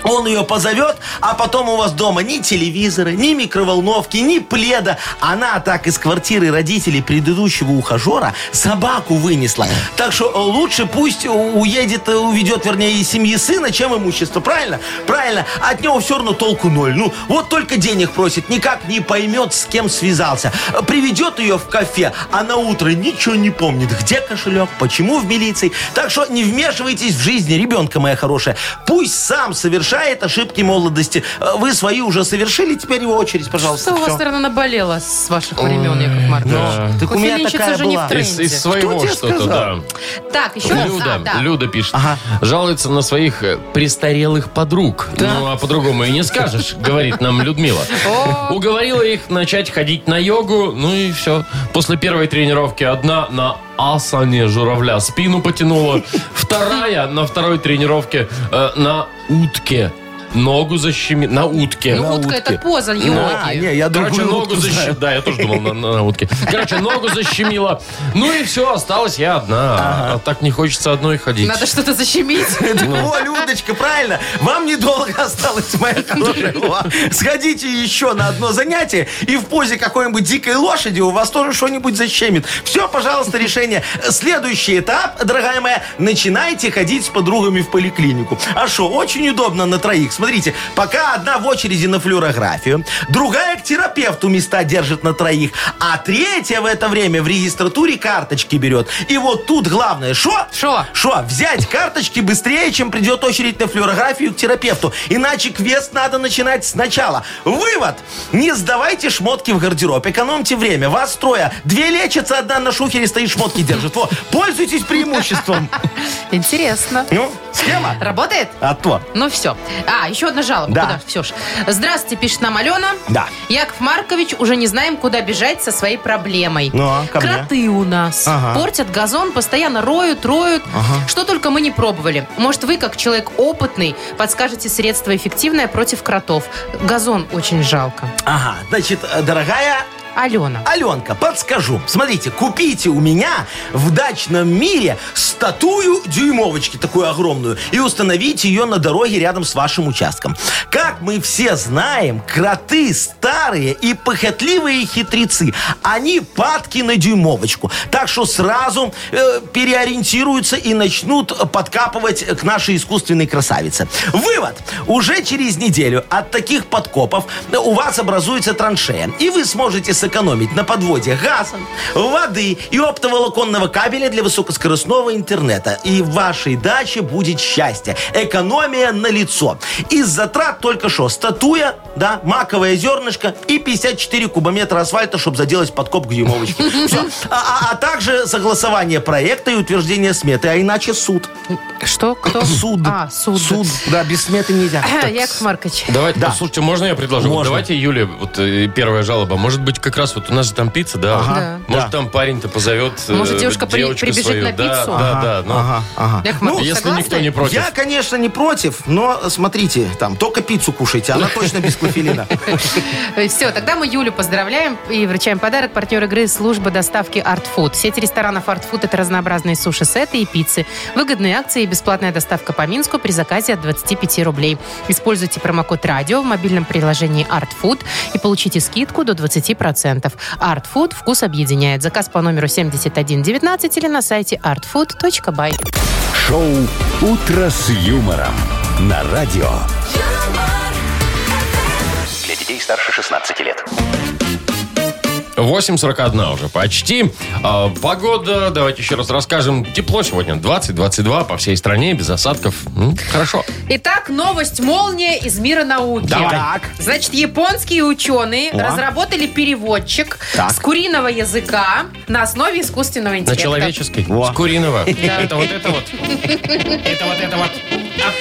S4: Он ее позовет, а потом у вас дома ни телевизора, ни микроволновки, ни пледа. Она так из квартиры родителей предыдущего ухажера собаку вынесла. Так что э, лучше пусть у- уедет, э, уведет, вернее, из семьи сына, чем имущество. Правильно? Правильно. А От него все равно толку ноль. Ну, вот только денег просит, никак не поймет, с кем связался. Э, Приведет ее в кафе, а на утро ничего не помнит. Где кошелек, почему в милиции. Так что не вмешивайтесь в жизни ребенка, моя хорошая. Пусть сам совершает ошибки молодости. Э, Вы свои уже совершили, теперь его очередь, пожалуйста.
S3: Что у вас
S4: Всё.
S3: страна наболела с ваших времен, Яков
S2: да.
S3: Маркович?
S4: Так у меня
S3: Кофелинщица
S4: такая
S3: же не в
S4: была.
S2: Из, из
S3: тренде.
S2: своего
S4: Кто тебе
S2: что-то,
S4: сказал?
S2: да.
S3: Так, еще раз.
S2: Люда,
S3: А, да.
S2: Люда пишет.
S4: Ага.
S2: Жалуется на своих э, престарелых подруг. Ну, а по-другому и не скажешь, говорит нам Людмила. Уговорила их начать ходить на йогу, ну и все. После первой тренировки одна на асане журавля спину потянула, вторая на второй тренировке э, на утке. Ногу защеми... На утке.
S3: Ну, утка это поза
S4: А,
S3: йоги.
S4: не, я
S2: Короче,
S4: другую
S2: ногу
S4: утку знаю.
S2: защемила. Да, я тоже думал на, на- на утке. Короче, ногу защемила. Ну и все, осталась я одна. А так не хочется одной ходить.
S3: Надо что-то защемить.
S4: О, Людочка, правильно. Вам недолго осталось, моя хорошая. О, Сходите еще на одно занятие, и в позе какой-нибудь дикой лошади у вас тоже что-нибудь защемит. Все, пожалуйста, решение. Следующий этап, дорогая моя, начинайте ходить с подругами в поликлинику. А что, очень удобно на троих. Смотрите, пока одна в очереди на флюорографию, другая к терапевту места держит на троих, а третья в это время в регистратуре карточки берет. И вот тут главное, что?
S3: Шо?
S4: Что, взять карточки быстрее, чем придет очередь на флюорографию к терапевту. Иначе квест надо начинать сначала. Вывод. Не сдавайте шмотки в гардероб. Экономьте время. Вас трое. Две лечатся, одна на шухере стоит, шмотки держит. Во, пользуйтесь преимуществом.
S3: Интересно.
S4: Ну, схема?
S3: Работает?
S4: А то.
S3: Ну все. А, еще одна жалоба.
S4: Да.
S3: Куда? Все ж. Здравствуйте, пишет нам Алена.
S4: Да.
S3: Яков Маркович, уже не знаем, куда бежать со своей проблемой.
S4: Ну, а, ко мне?
S3: Кроты у нас.
S4: Ага.
S3: Портят газон, постоянно роют, роют. Что только мы не пробовали. Может, вы, как человек опытный, подскажете средство эффективное против кротов. Газон очень жалко.
S4: Ага, значит, э, дорогая
S3: Алена.
S4: Аленка, подскажу. Смотрите, купите у меня в дачном мире статую дюймовочки, такую огромную, и установите ее на дороге рядом с вашим участком. Как мы все знаем, кроты старые и похотливые хитрецы. Они падки на дюймовочку. Так что сразу э, переориентируются и начнут подкапывать к нашей искусственной красавице. Вывод. Уже через неделю от таких подкопов у вас образуется траншея. И вы сможете сэкономить на подводе газа, воды и оптоволоконного кабеля для высокоскоростного интернета. И в вашей даче будет счастье. Экономия на лицо. Из затрат только что статуя, да, маковое зернышко и 54 кубометра асфальта, чтобы заделать подкоп к дюймовочке. Всё. А, а- а также согласование проекта и утверждение сметы, а иначе суд.
S3: Что? Кто?
S4: Суд.
S3: А, суд.
S4: Суд, да, без сметы нельзя.
S3: Яков Маркович.
S2: Давайте,
S4: Да.
S2: слушайте, можно я предложу? Вот
S4: Можно.
S2: Давайте, Юля, вот э, первая жалоба. Может быть, как как раз вот у нас же там пицца, да.
S3: Ага. Да.
S2: Может, там парень-то позовет э,
S3: Может, девушка при-
S2: девочку
S3: прибежит
S2: свою.
S3: на
S2: Да,
S3: пиццу?
S2: да, да. ну,
S4: Ага, ага. Ну,
S3: Яков Маркович,
S2: Если
S3: согласны?
S2: никто не против.
S4: Я, конечно, не против, но смотрите, там только пиццу кушайте, она точно без клофелина.
S3: Все, тогда мы Юлю поздравляем и вручаем подарок. Партнер игры служба доставки Art Food. Сеть ресторанов Art Food это разнообразные суши-сеты и пиццы. Выгодные акции и бесплатная доставка по Минску при заказе от 25 рублей. Используйте промокод радио в мобильном приложении Art Food и получите скидку до 20%. Art Food вкус объединяет. Заказ по номеру 7119 или на сайте artfood.by.
S1: Шоу «Утро с юмором» на радио.
S8: юмор,
S5: Для детей старше 16 лет.
S2: 8.41 уже почти. А, погода, давайте еще раз расскажем. Тепло сегодня 20-22 по всей стране, без осадков. М, хорошо.
S3: Итак, новость молния из мира науки.
S2: Давай.
S4: Так.
S3: Значит, японские ученые разработали переводчик
S4: Так.
S3: с куриного языка на основе искусственного
S2: На
S3: интеллекта.
S2: человеческой.
S4: Во.
S2: С куриного. Это вот это вот. Это вот это вот. А.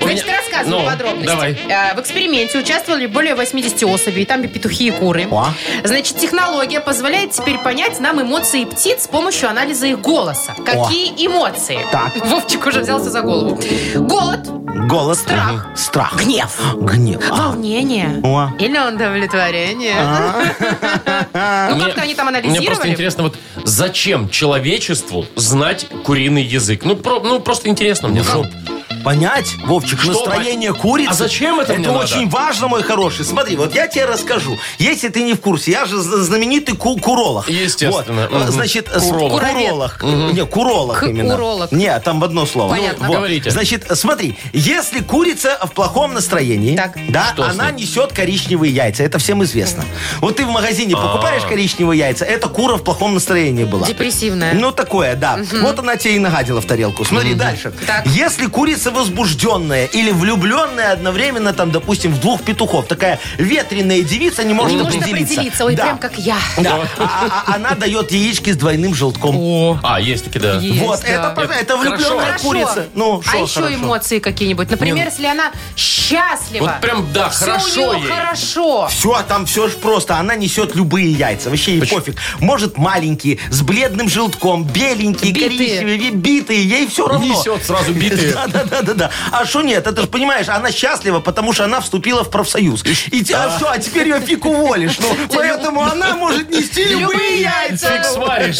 S2: У
S3: Значит,
S2: меня-
S3: рассказываю
S2: Ну,
S3: подробности.
S2: Давай.
S3: Э, В эксперименте участвовали более 80 особей, там и петухи, и куры.
S4: О.
S3: Значит, технология позволяет теперь понять нам эмоции птиц с помощью анализа их голоса. Какие эмоции?
S4: Так.
S3: Вовчик уже взялся за голову. Голод,
S4: Голос. Страх. Страх.
S3: гнев,
S4: Гнев. А.
S3: волнение
S4: О.
S3: или удовлетворение. Ну, как-то они там
S2: Мне просто
S3: анализировали.
S2: интересно, вот зачем человечеству знать куриный язык? Ну, про- ну просто интересно мне.
S4: Чтоб понять, Вовчик,
S2: Что
S4: настроение
S2: пон-
S4: курицы.
S2: А зачем это мне
S4: Это
S2: надо?
S4: очень важно, мой хороший. Смотри, вот я тебе расскажу. Если ты не в курсе, я же зн- знаменитый ку- куролог.
S2: Естественно.
S4: Вот.
S2: Мгм.
S4: Значит, с-
S2: Куролог.
S4: куролог. Не, куролог
S3: К-
S4: именно.
S3: уролог.
S4: Не, там в одно слово.
S3: Понятно.
S4: вот.
S2: Говорите.
S4: Значит, смотри, если курица в плохом настроении,
S3: Так.
S4: да,
S2: Что с
S4: она
S2: ней?
S4: несет коричневые яйца. Это всем известно. Вот ты в магазине покупаешь
S2: А.
S4: коричневые яйца, это кура в плохом настроении была.
S3: Депрессивная.
S4: Ну, такое, да. Вот она тебе и нагадила в тарелку. Смотри дальше.
S3: Так.
S4: Если курица возбужденная или влюбленная одновременно, там, допустим, в двух петухов, такая ветреная девица не может
S3: Не может
S4: определиться.
S3: определиться. Ну, Ой,
S4: Да.
S3: прям как я.
S4: Да. А- а- а Она дает яички с двойным желтком.
S2: А, есть такие, да.
S3: Есть,
S4: Вот,
S3: да.
S4: это пож-
S2: Хорошо.
S4: это влюбленная
S3: Хорошо.
S4: курица. Ну,
S3: а
S4: шо
S3: еще
S4: хорошо.
S3: эмоции какие-нибудь. Например, если она счастлива.
S2: Вот прям, да,
S3: Всё
S2: хорошо
S3: у нее
S2: ей.
S3: хорошо.
S4: Все, а там все же просто. Она несет любые яйца. Вообще ей
S2: Почему?
S4: пофиг. Может, маленькие, с бледным желтком, беленькие,
S3: Битые.
S4: коричневые, битые. Ей все равно.
S2: Несет сразу битые.
S4: Да-да-да-да. А что нет? Это же, понимаешь, она счастлива, потому что она вступила в профсоюз. И те- а всё, а теперь ее фиг уволишь. Ну, поэтому она может нести любые яйца.
S2: Фиг сваришь.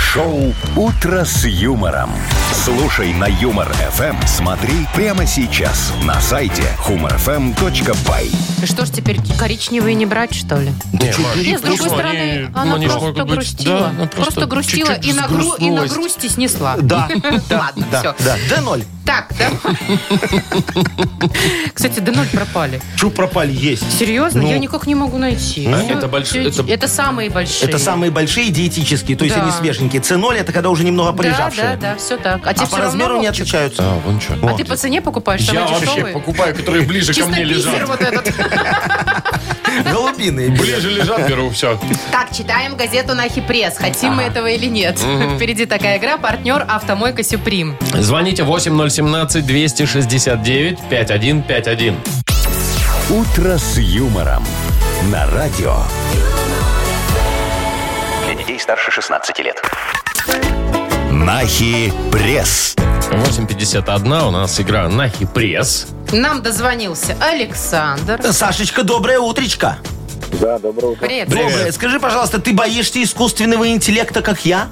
S1: Шоу «Утро с юмором». Слушай на Юмор ФМ. Смотри прямо сейчас на сайте humorfm.by.
S3: Что ж теперь коричневые не брать, что ли?
S2: Не, Маш,
S3: Нет, с
S2: ну
S3: другой
S2: что,
S3: стороны,
S2: они- ну,
S3: она
S2: они ж
S3: просто
S2: могут быть-
S3: грустила.
S2: да, она
S3: просто, грустила и,
S2: чуть-чуть
S3: на гру- и на
S2: сгрустнулась.
S3: грусти снесла.
S4: Да,
S3: Ладно,
S4: да,
S3: все.
S4: да. Да ноль.
S3: Так, да? Кстати, до ноль пропали.
S4: Чу пропали есть.
S3: Серьезно?
S4: Ну.
S3: Я никак не могу найти.
S2: А
S3: Ну,
S2: это большие-
S3: чуть-
S2: это-
S3: Это самые большие.
S4: Это самые большие диетические, то есть
S3: Да.
S4: они свеженькие. С0 это когда уже немного
S3: Да,
S4: полежавшие.
S3: да, да, все так. А, тебе
S4: А
S3: всё
S4: по размеру
S3: равно,
S4: не
S3: Вовчик?
S4: отличаются.
S2: А, вон что.
S3: А ты по цене покупаешь?
S2: Я
S3: Самые
S2: вообще
S3: дешевые?
S2: покупаю, которые ближе ко
S3: Чисто
S2: мне
S3: бисер
S2: лежат.
S3: вот этот.
S4: Голубиные.
S2: Ближе лежат, беру, все.
S3: Так, читаем газету «Нахи Пресс». Хотим мы этого или нет? Впереди такая игра. Партнер «Автомойка Сюприм».
S2: Звоните 8017-269-5151.
S1: «Утро с юмором» на радио.
S5: Для детей старше 16 лет.
S1: Нахи пресс.
S2: 8.51 у нас игра Нахи Пресс.
S3: Нам дозвонился Александр.
S4: Сашечка, доброе утречко.
S9: Да, доброе утро.
S3: Привет.
S4: Доброе. Скажи, пожалуйста, ты боишься искусственного интеллекта, как я?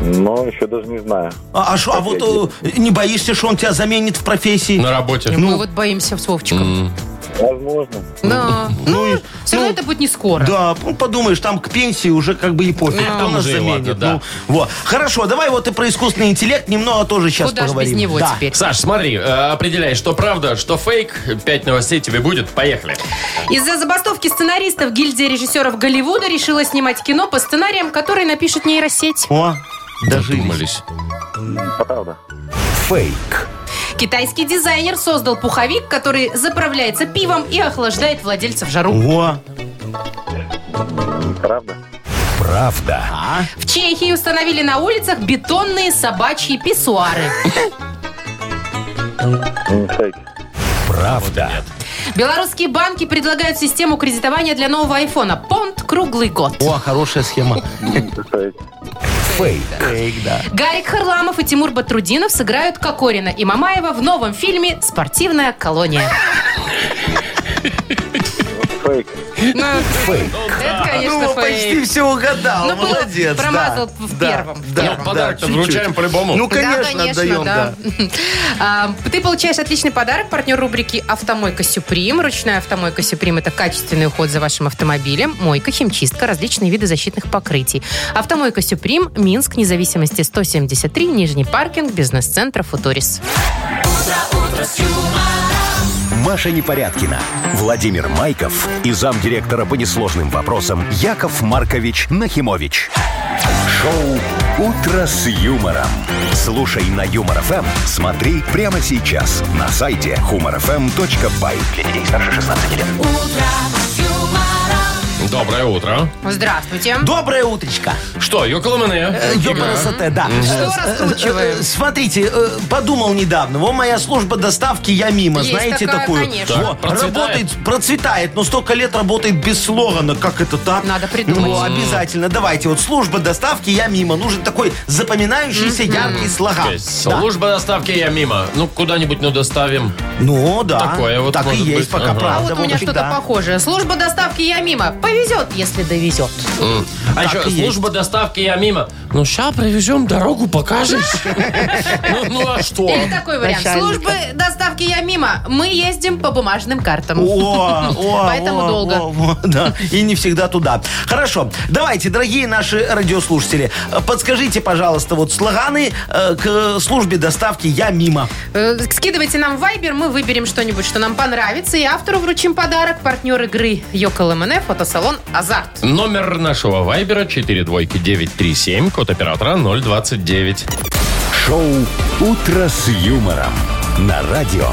S9: Но еще Ну, даже не знаю.
S4: А, а шо- а вот э, не боишься, что он тебя заменит в профессии?
S2: На работе.
S4: ну.
S3: Мы вот боимся с Вовчиком.
S9: Возможно.
S3: Да.
S4: Ну, и-
S3: Все равно
S4: ну,
S3: это будет не скоро.
S4: Да, ну, подумаешь, там к пенсии уже как бы и пофиг, кто
S2: там
S4: нас
S2: уже и
S4: заменит.
S2: ладно, да.
S4: Ну, вот. Хорошо, давай вот и про искусственный интеллект немного тоже сейчас
S3: Куда ж
S4: поговорим.
S3: без него
S4: Да.
S3: теперь?
S2: Саш, смотри, э, определяй, что правда, что фейк. Пять новостей тебе будет. Поехали.
S3: Из-за забастовки сценаристов гильдия режиссеров Голливуда решила снимать кино по сценариям, которые напишет нейросеть.
S4: О, дожились.
S2: Думались.
S9: Правда.
S1: Фейк.
S3: Китайский дизайнер создал пуховик, который заправляется пивом и охлаждает владельца в жару.
S4: О,
S9: Правда.
S1: Правда.
S3: В Чехии установили на улицах бетонные собачьи писсуары.
S9: М, Фейк.
S1: Правда.
S3: В Белорусские банки предлагают систему кредитования для нового айфона. Понт круглый год.
S4: О, хорошая схема.
S1: Фейк.
S3: Гарик Харламов и Тимур Батрудинов сыграют Кокорина и Мамаева в новом фильме «Спортивная колония».
S10: Фейк.
S3: Ну, Это, конечно,
S4: Ну, почти
S3: фейк.
S4: все угадал.
S3: Ну, было-
S4: Молодец. да.
S3: промазал в
S4: Да,
S3: первом, в
S4: да,
S2: Ну,
S4: да,
S2: подарок-то
S4: чуть-чуть.
S2: вручаем по-любому.
S4: Ну,
S3: Да,
S4: конечно, отдаем, да.
S3: А, Ты получаешь отличный подарок, партнер рубрики «Автомойка Сюприм». Ручная автомойка Сюприм – это качественный уход за вашим автомобилем, мойка, химчистка, различные виды защитных покрытий. Автомойка Сюприм, Минск, независимости 173, Нижний паркинг, бизнес-центр «Футурис».
S1: Маша Непорядкина, Владимир Майков и замдиректора по несложным вопросам Яков Маркович Нахимович. Шоу «Утро с юмором». Слушай на Юмор ФМ, смотри прямо сейчас на сайте humorfm.by.
S5: Для детей старше 16 лет.
S2: Доброе утро.
S3: Здравствуйте.
S4: Доброе утречко.
S2: Что, Йокола
S4: Э, ёпарасоте, да.
S3: Что
S4: Э,
S3: раскручиваем?
S4: э, э, Смотрите, э, подумал недавно. Во, моя служба доставки, я мимо,
S3: Есть
S4: знаете
S3: такая,
S4: такую?
S3: конечно.
S4: Во,
S2: Так, процветает?
S4: Работает, процветает, но столько лет работает без слогана. Как это так?
S3: Надо придумать.
S4: Ну, обязательно. Давайте, вот служба доставки, я мимо. Нужен такой запоминающийся яркий слоган. Да.
S2: Служба доставки я мимо. Ну, куда-нибудь, ну, доставим.
S4: Ну, да.
S2: Такое вот
S4: Так и
S2: может
S4: есть,
S2: быть.
S4: пока
S2: Ага.
S3: А
S4: правда.
S3: вот у меня
S4: Вовчик,
S3: что-то
S4: да.
S3: похожее. Служба доставки «Я мимо». Повезет, если довезет.
S2: А
S4: Так
S2: еще
S4: и есть.
S2: служба доставки я мимо. Ну, ща провезем, дорогу покажешь. Ну, Ну, а что?
S3: Или такой вариант. Службы доставки «Я мимо». Мы ездим по бумажным картам.
S4: О, о,
S3: Ну, Поэтому
S4: о,
S3: долго.
S4: о, о, да, и не всегда туда. Хорошо, давайте, дорогие наши радиослушатели, э, подскажите, пожалуйста, вот слоганы э, к службе доставки «Я мимо».
S3: Э, Скидывайте нам вайбер, мы выберем что-нибудь, что нам понравится, и автору вручим подарок. Партнер игры Йокол МНФ, фотосалон «Азарт».
S2: Номер нашего вайбера 4 двойки 937, код оператора 029.
S1: Шоу «Утро с юмором» на радио.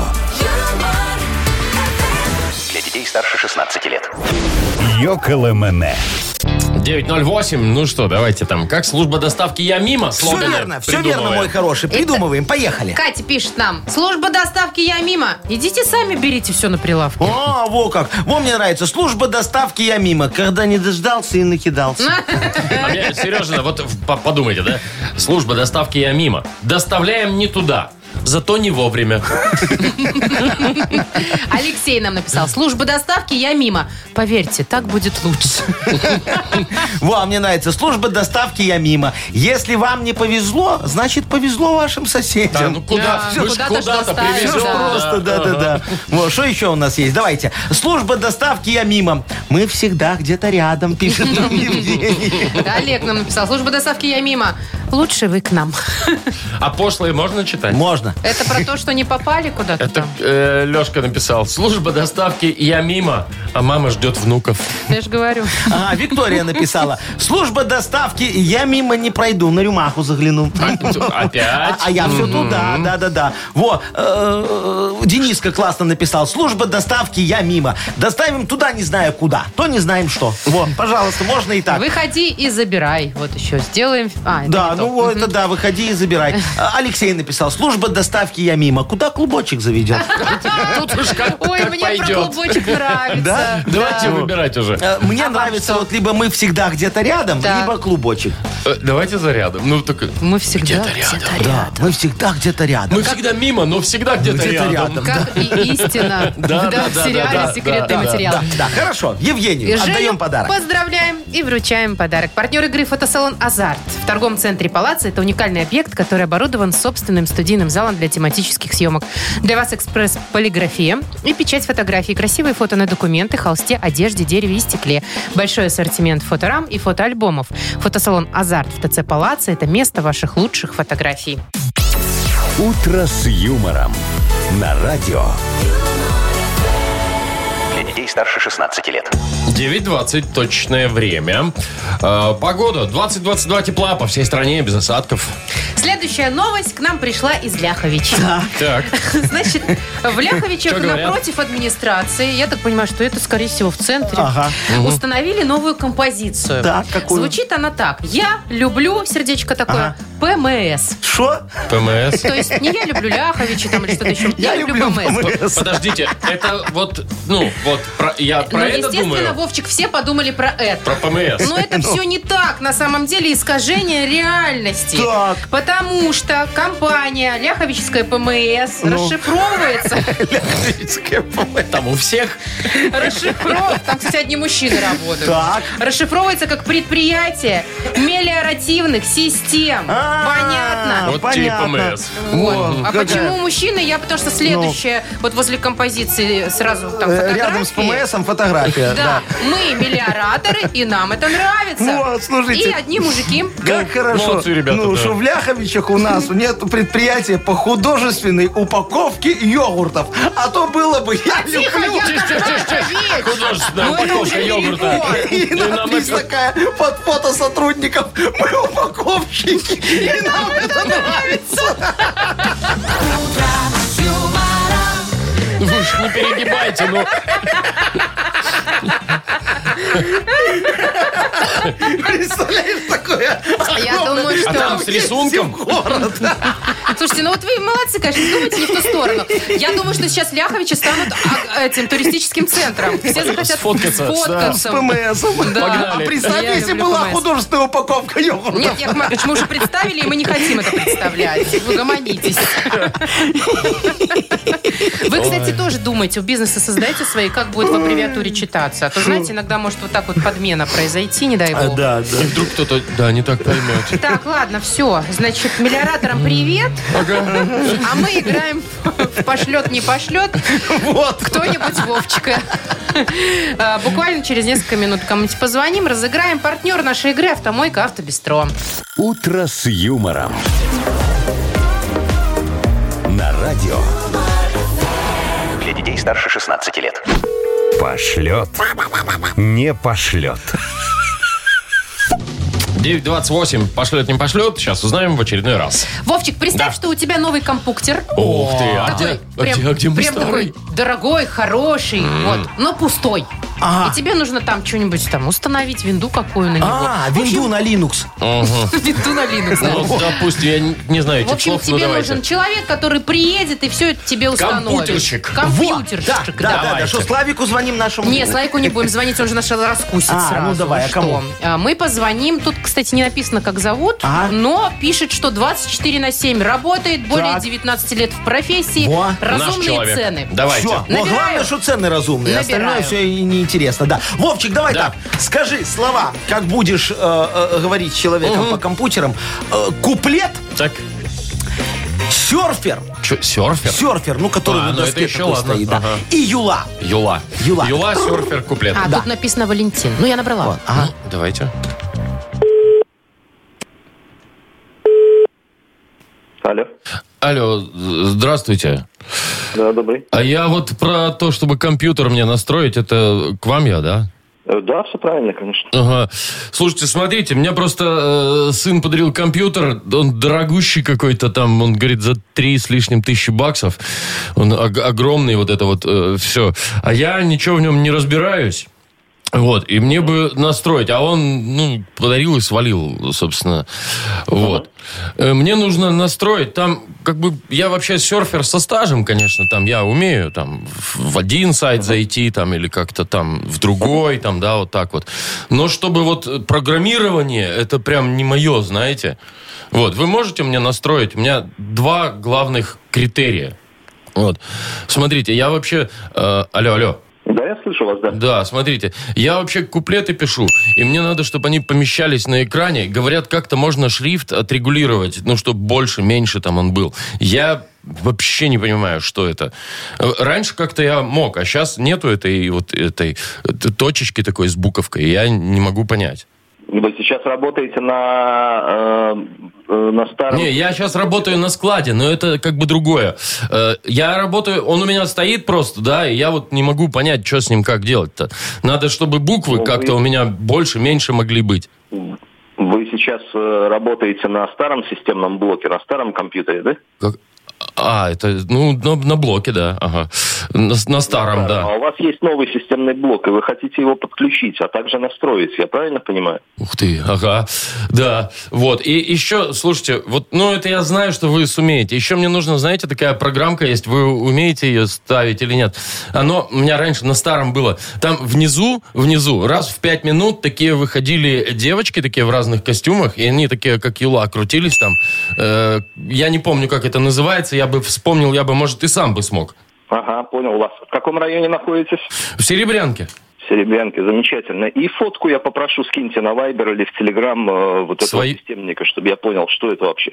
S5: Для детей старше 16 лет.
S1: Йоколэмэне.
S2: 908, ну что, давайте там. Как служба доставки я мимо?
S4: Все верно, все верно, мой хороший, придумываем, поехали.
S3: Катя пишет нам, служба доставки «Я мимо». Идите сами берите все на прилавке.
S4: О, во как. Во, мне нравится. Служба доставки «Я мимо». Когда не дождался и накидался.
S2: Сережина, А вот в- по- подумайте, да? Служба доставки я мимо. Доставляем не туда. Зато не вовремя.
S3: Алексей нам написал, служба доставки «Я мимо». Поверьте, так будет лучше.
S4: Во, а мне нравится. Служба доставки «Я мимо». Если вам не повезло, значит, повезло вашим соседям.
S2: Да, ну куда?
S3: Да,
S2: Вы ж
S3: куда-то ж
S2: куда-то
S3: доставим,
S4: Все
S2: привезем.
S3: да.
S4: просто, да-да-да. Вот, что еще у нас есть? Давайте. Служба доставки «Я мимо». Мы всегда где-то рядом, пишет нам Евгений.
S3: Да, Олег нам написал, служба доставки «Я мимо». Лучше вы к нам.
S2: А пошлые можно читать?
S4: Можно.
S3: Это про то, что не попали куда-то
S2: Это
S3: там.
S2: Лешка написал. Служба доставки я мимо, а мама ждет внуков.
S3: Я же говорю.
S4: Ага, А, Виктория написала. Служба доставки «Я мимо не пройду, на рюмаху загляну».
S2: Опять?
S4: А, а я все туда, да-да-да. Во, э, э, Дениска классно написал. Служба доставки «Я мимо». Доставим туда не знаю куда, то не знаем что. Вот, пожалуйста, можно и
S2: А.
S4: так.
S3: Выходи и забирай. Вот еще сделаем. А, это
S4: Да,
S3: не то.
S4: ну вот это да, выходи и забирай. А, Алексей написал, служба доставки я мимо. Куда клубочек заведет?
S2: Тут уж как,
S3: Ой,
S2: как
S3: мне про
S2: пойдет.
S3: клубочек нравится.
S4: Да?
S2: Давайте выбирать уже.
S4: Э, Мне
S3: А вам
S4: нравится
S3: что?
S4: вот либо мы всегда где-то рядом,
S3: Так.
S4: либо клубочек.
S2: Э, Давайте зарядом. Ну, только...
S3: Мы всегда
S2: Где-то рядом.
S3: где-то
S4: Да, мы всегда где-то рядом.
S2: Мы всегда мимо, но всегда где-то
S4: Где-то
S2: рядом.
S4: рядом. да.
S3: Как и истина.
S2: Да, да,
S3: в
S2: да,
S3: сериале
S2: да,
S3: «Секретный
S2: да, да,
S3: материал».
S4: Да, да, хорошо. Евгению,
S3: Женю
S4: отдаем подарок.
S3: Поздравляем и вручаем подарок. Партнер игры фотосалон «Азарт». В торговом центре «Палаца» это уникальный объект, который оборудован собственным студийным залом для тематических съемок. Для вас экспресс-полиграфия и печать фотографий, красивые фото на документы, холсте, одежде, дереве и стекле. Большой ассортимент фоторам и фотоальбомов. Фотосалон «Азарт» в ТЦ «Палаца» – это место ваших лучших фотографий.
S1: «Утро с юмором» на радио.
S5: Для детей старше 16 лет.
S2: 9.20 точное время. Э, Погода 20-22 тепла по всей стране, без осадков.
S3: Следующая новость к нам пришла из Ляховича.
S2: Так,
S3: Значит, в Ляховичах
S2: Что говорят?
S3: напротив администрации, я так понимаю, что это, скорее всего, в центре,
S4: Ага.
S3: установили новую композицию.
S4: Так, какую?
S3: Звучит она так. Я люблю, сердечко такое,
S4: Ага.
S3: ПМС.
S11: Что?
S2: ПМС.
S3: То есть не я люблю Ляховича там или что-то еще. Я, люблю ПМС.
S2: Подождите, это вот, ну, вот, про- я
S3: Ну,
S2: про это
S3: естественно, Ну,
S2: думаю.
S3: Вовчик, все подумали про это.
S2: Про ПМС.
S3: Но это все не так, на самом деле, искажение реальности.
S11: Так.
S3: Потому что компания Ляховическая ПМС расшифровывается.
S2: Там у всех.
S3: Расшифров... Там, кстати, одни мужчины работают.
S11: Так.
S3: Расшифровывается как предприятие мелиоративных систем.
S11: А,
S3: Понятно?
S2: Вот тебе и
S11: понятно.
S2: ПМС.
S3: Вот.
S11: Во,
S3: А
S11: Ну, какая- Ну.
S3: почему мужчины? Я потому что следующее, вот возле композиции сразу там
S11: Э,
S3: фотографии.
S11: Рядом с ПМС э, фотография.
S3: Да, мы мелиораторы, и нам это нравится.
S11: Вот, Ну, а, слушайте.
S3: И одни мужики.
S11: Как хорошо.
S2: Ну, молодцы ребята,
S11: ну,
S2: да.
S11: что в Ляховичах у нас нет предприятия по художественной упаковке йогуртов. А то было бы я
S3: Тихо,
S11: люблю.
S3: я
S2: Тише, тише, тише.
S3: Ляхович.
S2: Художественная
S3: Ну, это
S2: упаковка
S3: уже
S2: йогурта.
S11: И,
S2: И нам
S11: надпись
S2: это-
S11: такая под фото сотрудников. Мы упаковщики. И нам это нравится.
S2: Вы ж не перегибайте, ну.
S11: Представляешь, такое?
S3: Я думаю,
S2: А там
S3: что...
S2: с рисунком.
S3: Слушайте, ну вот вы молодцы, конечно, думаете не в ту сторону. Я думаю, что сейчас Ляховичи станут а, этим туристическим центром. Все захотят
S2: Сфоткаться, да.
S11: С
S3: сфоткаться.
S11: ПМС.
S3: Да.
S11: А представь,
S3: Я
S11: если
S3: люблю
S11: была
S3: ПМС.
S11: художественная упаковка йогуртов.
S3: Нет, Яков Маркович, мы уже представили, и мы не хотим это представлять. Вы гомонитесь. Вы, кстати, тоже думаете, у бизнеса создаете свои, как будет в аббревиатуре читаться. А то, знаете, иногда может вот так вот подмена произойти, не дай бог.
S11: А, Да,
S2: И вдруг кто-то, да, не так поймет.
S3: Так, ладно, все. Значит, миллиораторам привет, а мы играем в пошлет, не пошлет.
S11: Вот.
S3: Кто-нибудь Вовчика. А, Буквально через несколько минут кому-нибудь позвоним, разыграем партнер нашей игры «Автомойка Автобестро».
S1: «Утро с юмором». На радио
S5: Для детей старше 16 лет.
S8: Пошлет. Не пошлет.
S2: 9.28. Пошлет, не пошлет. Сейчас узнаем в очередной раз.
S3: Вовчик, представь,
S2: Да.
S3: что у тебя новый компуктер.
S2: Ух ты, а
S3: Такой
S2: где, а где, а где мой
S3: прям
S2: старый?
S3: такой дорогой, хороший, вот, но пустой. И тебе нужно там что-нибудь там установить, винду какую на него.
S11: А, винду на Linux.
S3: Винду на Linux. да.
S2: Ну, допустим, я не не знаю
S3: В
S2: этих
S3: общем,
S2: слов, ну
S3: тебе нужен
S2: давайте.
S3: человек, который приедет и все это тебе установит.
S2: Компьютерщик.
S11: Да,
S3: Компьютерщик,
S11: да,
S3: да.
S11: да,
S2: Давайте.
S11: да. Что, Славику звоним нашему?
S3: Не, Слайку не будем звонить, он же нас раскусит
S11: А,
S3: сразу.
S11: ну давай, а
S3: Что?
S11: кому?
S3: А, Мы позвоним, тут, кстати, не написано, как зовут,
S11: Ага.
S3: но пишет, что 24 на 7 работает, более
S11: Так.
S3: 19 лет в профессии,
S11: Во.
S2: Наш
S3: разумные
S2: человек.
S3: цены.
S2: Давайте.
S11: Все.
S3: Набираю.
S11: Ну, главное, что цены разумные.
S3: Набираю.
S11: Остальное все и неинтересно. Да. Вовчик, давай
S2: Да.
S11: так. Скажи слова, как будешь э, э, говорить с человеком по компьютерам. Э, куплет,
S2: Так,
S11: серфер,
S2: чё, серфер?
S11: серфер, ну, который
S2: А,
S11: на
S2: ну, это
S11: доске
S2: еще
S11: такой
S2: ладно.
S11: стоит. да.
S2: Ага.
S11: И юла.
S2: Юла.
S11: Юла.
S2: серфер, куплет.
S3: А,
S2: Ну,
S3: тут написано Валентин. Ну, я набрала.
S2: Давайте.
S6: Алло.
S2: Алло, з- здравствуйте.
S6: Да, добрый.
S2: А я вот про то, чтобы компьютер мне настроить, это к вам я, да?
S6: Э, Да, все правильно, конечно.
S2: Ага. Слушайте, смотрите, мне просто э, сын подарил компьютер, он дорогущий какой-то там, он говорит, за три с лишним тысячи баксов. Он ог- огромный вот это вот все. А я ничего в нем не разбираюсь. Вот, и мне бы настроить, а он, ну, подарил и свалил, собственно, вот. Э, Мне нужно настроить, там, как бы, я вообще серфер со стажем, конечно, там, я умею, там, в в один сайт зайти, там, или как-то там, в другой, там, да, вот так вот. Но чтобы вот э, программирование, это прям не мое, знаете. Вот, вы можете мне настроить, у меня два главных критерия. Вот, смотрите, я вообще, э, алло, алло.
S6: Да, я слышу вас, да.
S2: Да, смотрите, я вообще куплеты пишу, и мне надо, чтобы они помещались на экране. Говорят, как-то можно шрифт отрегулировать, ну, чтобы больше, меньше там он был. Я вообще не понимаю, что это. Э, Раньше как-то я мог, а сейчас нету этой вот этой э, точечки такой с буковкой, я не могу понять.
S6: Вы сейчас работаете на, э, э, на старом...
S2: Не, я сейчас работаю на складе, но это как бы другое. Э, Я работаю, он у меня стоит просто, да, и я вот не могу понять, что с ним как делать-то. Надо, чтобы буквы
S6: Ну,
S2: как-то
S6: вы-
S2: у меня больше, меньше могли быть.
S6: Вы сейчас э, работаете на старом системном блоке, на старом компьютере, да?
S2: Как? А, А, это, ну, на, на блоке, да, ага. На, на старом, да.
S6: А у вас есть новый системный блок, и вы хотите его подключить, а также настроить, я правильно понимаю?
S2: Ух ты, ага, да, вот. И еще, слушайте, вот, ну, это я знаю, что вы сумеете. Еще мне нужно, знаете, такая программка есть, вы умеете ее ставить или нет? Оно у меня раньше на старом было. Там внизу, внизу, раз в пять минут такие выходили девочки, такие в разных костюмах, и они такие, как юла, крутились там. Э, я не помню, как это называется, я бы вспомнил, я бы, может, и сам бы смог.
S6: Ага, понял вас. В каком районе находитесь?
S2: В Серебрянке.
S6: В Серебрянке, замечательно. И фотку я попрошу скиньте на Вайбер или в Телеграм э, вот этого
S2: Свои-
S6: системника, чтобы я понял, что это вообще.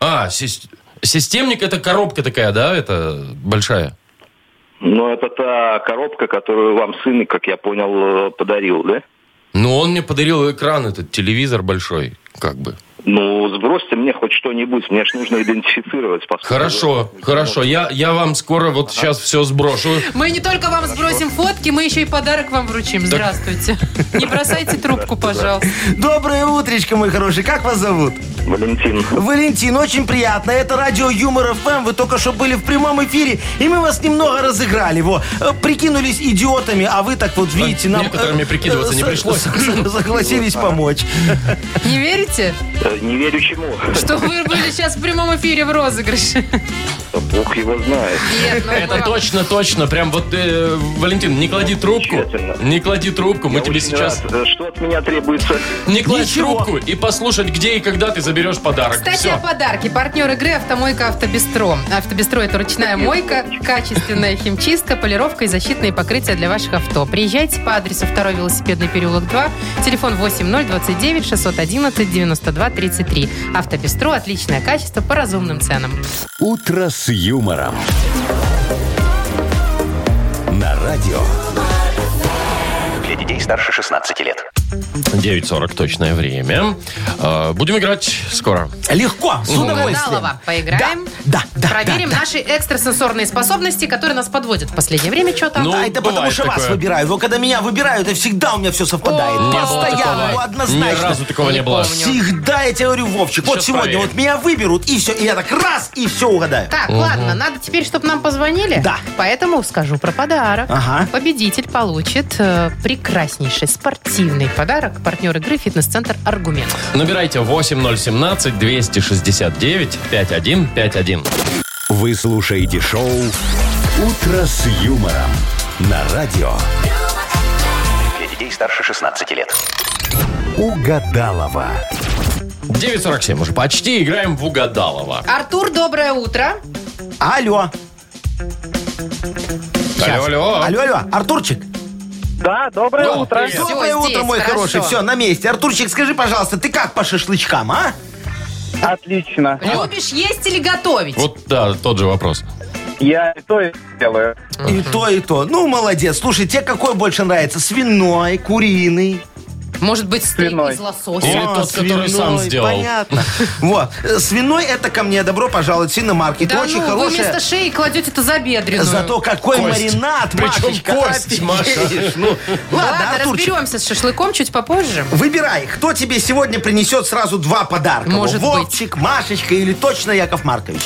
S2: А, сис- системник это коробка такая, да, это большая?
S6: Но Ну, это та коробка, которую вам сын, как я понял, э, подарил, да?
S2: Ну, он мне подарил экран этот, телевизор большой, как бы.
S6: Ну, сбросьте мне хоть что-нибудь, мне ж нужно идентифицировать. поскольку-
S2: Хорошо, хорошо. Я, я вам скоро вот сейчас все сброшу.
S3: Мы не только вам сбросим фотки, мы еще и подарок вам вручим. Здравствуйте. Не бросайте трубку, пожалуйста.
S4: Доброе утречко, мой хороший. Как вас зовут?
S6: Валентин,
S4: Валентин, очень приятно. Это радио Юмор ФМ. Вы только что были в прямом эфире, и мы вас немного разыграли. Во. Э, Прикинулись идиотами, а вы так вот видите, нам... э,
S2: некоторыми прикидываться не
S4: э,
S2: пришлось.
S4: с- Согласились помочь.
S3: Не верите,
S6: э, не верю чему.
S3: что вы были сейчас в прямом эфире в розыгрыше?
S6: Бог его знает.
S3: Нет, ну мы
S2: Это
S3: вам-
S2: точно, точно. Прям вот, э, Валентин, не клади трубку.
S6: Замечательно.
S2: Не клади трубку. Мы
S6: Я
S2: тебе
S6: очень
S2: сейчас...
S6: рад. Э, Что от меня требуется?
S2: Не кладь
S4: Ничего.
S2: трубку и послушать, где и когда ты заберешь подарок.
S3: Кстати,
S2: Всё.
S3: а о подарке. Партнер игры «Автомойка Автобестро». «Автобестро» — это ручная мойка, качественная химчистка, полировка и защитные покрытия для ваших авто. Приезжайте по адресу 2 велосипедный переулок 2, телефон 8029-611-92-33. «Автобестро» — отличное качество по разумным ценам.
S1: «Утро с юмором». На радио.
S5: Для детей старше 16 лет.
S2: 9.40 точное время. Э, Будем играть скоро.
S4: Легко, с удовольствием.
S3: Угадалова. Поиграем.
S4: Да, да, да,
S3: Проверим
S4: да, да.
S3: наши экстрасенсорные способности, которые нас подводят в последнее время. Что там?
S2: Ну,
S4: а это потому
S2: бывает
S4: что вас
S2: такое.
S4: выбираю. Вот когда меня выбирают, это всегда у меня все совпадает.
S2: Не было
S4: Постоянно,
S2: такого.
S4: ну, однозначно.
S2: Ни разу такого не
S3: Не
S2: было.
S3: помню.
S4: Всегда я тебе говорю, Вовчик, вот
S2: Сейчас
S4: сегодня
S2: проверим.
S4: вот меня выберут, и все, и я так раз, и все угадаю.
S3: Так, ладно, надо теперь, чтобы нам позвонили.
S4: Да.
S3: Поэтому скажу про подарок.
S4: Ага.
S3: Победитель получит э, прекраснейший спортивный подарок. Партнер игры «Фитнес-центр Аргумент».
S2: Набирайте 8017-269-5151.
S1: Вы слушаете шоу «Утро с юмором». На радио.
S5: Для детей старше 16 лет.
S1: Угадалова.
S2: 9.47 уже почти. Играем в Угадалова.
S3: Артур, доброе утро.
S4: Алло,
S2: Алло, алло.
S4: алло, алло, Артурчик.
S12: Да, доброе
S2: О,
S12: утро.
S2: привет.
S4: Доброе
S3: здесь,
S4: утро, мой
S3: хорошо.
S4: хороший. Все, на месте. Артурчик, скажи, пожалуйста, ты как по шашлычкам, а?
S12: Отлично.
S3: Любишь есть или готовить?
S2: Вот, да, тот же вопрос.
S12: Я и то и делаю.
S4: И то, и то. Ну, молодец. Слушай, тебе какой больше нравится? Свиной, куриный?
S3: Может быть, стейк
S12: Свиной.
S3: из
S2: Или
S3: лосося?
S4: А,
S2: тот, который сам
S4: свиной,
S2: сделал.
S4: Понятно. Вот. Э, Свиной это ко мне. Добро пожаловать в свиномаркет.
S3: Да
S4: Очень
S3: ну, вы вместо
S4: хорошая.
S3: шеи кладете тазобедренную.
S4: Зато какой
S2: Кость.
S4: маринад,
S2: Причем
S4: Машечка,
S2: кость,
S4: офигеешь.
S2: Маша.
S4: Ну, ладно,
S3: Ладно,
S4: Артурчик,
S3: разберемся с шашлыком чуть попозже.
S4: Выбирай, кто тебе сегодня принесет сразу два подарка.
S3: Может быть.
S4: Вовчик, Машечка или точно Яков Маркович.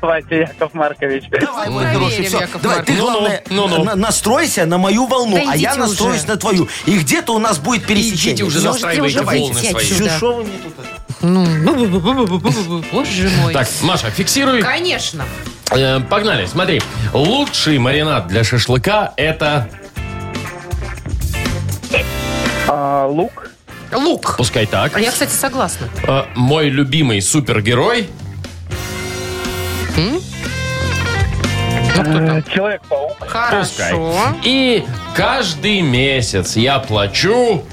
S12: Давайте, Яков Маркович.
S4: Давай, мой
S3: Проверим,
S4: хороший, все.
S3: Яков
S4: Давай, ты
S3: Маркович.
S2: Ну-ну,
S4: главное,
S2: ну-ну.
S4: на- настройся на мою волну,
S3: Да
S4: а я
S3: идите
S4: настроюсь
S3: уже.
S4: на твою. И где-то у нас будет пересечение.
S2: Идите уже,
S4: Всё,
S2: настраивайте
S3: давайте,
S2: волны
S3: идите
S2: свои.
S3: отсюда.
S4: Чё, шо вы мне тут?
S3: Боже мой.
S2: Так, Маша, фиксируй.
S3: Конечно.
S2: Э, погнали, смотри. Лучший маринад для шашлыка это...
S12: А, лук.
S3: Лук.
S2: Пускай так.
S3: А Я, кстати, согласна.
S2: Э, мой любимый супергерой.
S12: Э, Человек-паук.
S2: Пускай.
S3: Хорошо.
S2: И каждый месяц я плачу...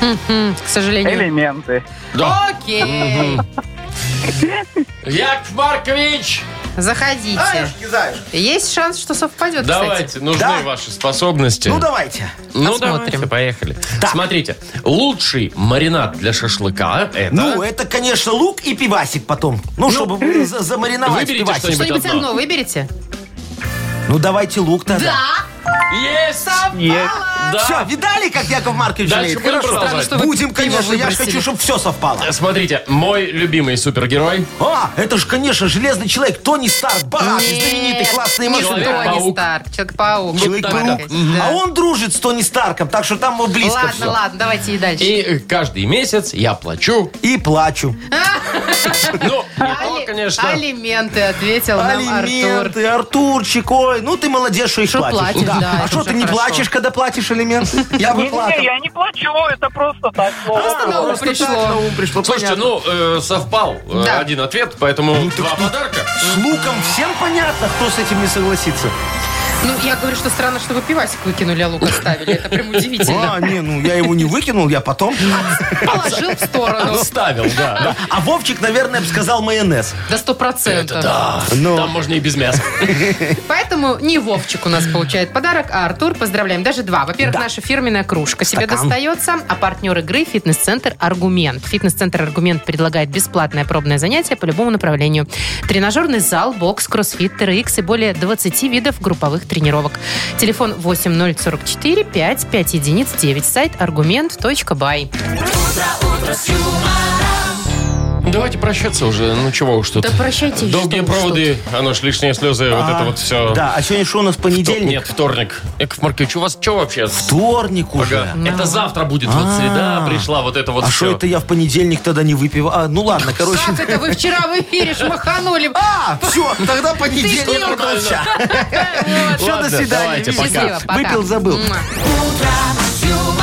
S3: К сожалению.
S12: Элементы.
S2: Да.
S3: Окей.
S2: Яков Маркович!
S3: Заходите.
S4: Аюшки, заюшки.
S3: Есть шанс, что совпадет, кстати.
S2: Давайте, нужны
S4: Да.
S2: ваши способности.
S4: Ну, давайте.
S2: Ну,
S3: Посмотрим.
S2: давайте, поехали.
S4: Так.
S2: Смотрите, лучший маринад для шашлыка это...
S3: э,
S4: Ну, это, конечно, лук и пивасик потом. Ну, чтобы за- замариновать
S2: выберите
S4: пивасик.
S2: что-нибудь.
S3: Что-нибудь
S2: одно.
S3: одно выберите?
S4: Ну, давайте лук тогда.
S3: Да.
S2: Есть! Да.
S4: Все, видали, как Яков Маркович
S2: Дальше
S4: жалеет?
S2: будем продолжать.
S3: Странно, что вы
S4: будем,
S3: пиво
S4: конечно. Я же
S3: выбросили.
S4: хочу, чтобы все совпало.
S2: Смотрите, мой любимый супергерой
S4: А, это же, конечно, железный человек. Тони Старк, богатый,
S3: Нет,
S4: знаменитый, классный
S3: не
S4: машины.
S2: Человек-паук.
S3: Тони Старк, Человек-паук.
S4: Человек-паук.
S3: Маркович, да.
S4: А он дружит с Тони Старком, так что там э, близко
S3: Ладно,
S4: все.
S3: ладно, давайте и дальше.
S2: И э, каждый месяц я плачу.
S4: И плачу.
S2: Ну, не то,
S3: Али-
S2: конечно.
S3: Э, Алименты, ответил нам Артур.
S4: Алименты, Артурчик, ой, ну ты молодец, что их
S3: Что
S4: платишь.
S3: платишь, да, это
S4: а что
S3: уже
S4: ты не
S3: хорошо.
S4: плачешь, когда платишь алименты? Я бы плакал.
S6: я не плачу, это просто так.
S12: А,
S3: Просто на ум
S4: Просто так на
S3: пришло.
S4: ум пришло.
S2: Слушайте,
S4: понятно.
S2: ну, э, совпал э,
S3: Да. Ну,
S2: один ответ, поэтому два подарка.
S4: С луком всем понятно, кто с этим не согласится.
S3: Ну, я говорю, что странно, что вы пивасик выкинули, а лук оставили. Это прям
S4: А,
S3: удивительно.
S4: не, ну я его не выкинул, я потом.
S3: Положил в сторону.
S2: Отставил, да.
S4: А Вовчик, наверное, бы сказал майонез.
S3: До сто процентов.
S2: Там можно и без мяса.
S3: Поэтому не Вовчик у нас получает подарок, а Артур. Поздравляем. Даже два. Во-первых, наша фирменная кружка себе достается, а партнер игры – фитнес-центр «Аргумент». Фитнес-центр «Аргумент» предлагает бесплатное пробное занятие по любому направлению. Тренажерный зал, бокс, кроссфит, TRX и более 20 видов групповых тренировок. Телефон 8044 55 единиц 9. Сайт «Аргумент.бай».
S2: Давайте прощаться уже, ну чего уж тут.
S3: Да прощайте.
S2: Долгие
S3: что вы,
S2: проводы, оно ж лишние слезы, вот это вот все.
S4: Да, а сегодня что у нас понедельник?
S2: Нет, вторник. Яков Маркович, у вас что вообще? с-
S4: Вторник
S2: Ага.
S4: уже.
S2: Это завтра будет, вот среда пришла, вот это вот
S4: А что
S2: все.
S4: это я в понедельник тогда не выпил? А, ну ладно, короче.
S3: Как это вы вчера в эфире шмаханули?
S4: А, все, тогда
S3: Ты
S4: понедельник
S3: ж не
S4: продался. Все, ну, до
S2: Ладно,
S4: свидания.
S2: давайте,
S4: Витя.
S2: пока.
S3: Счастливо, пока.
S4: Выпил, забыл.
S3: Муа.
S13: Утро с юмором.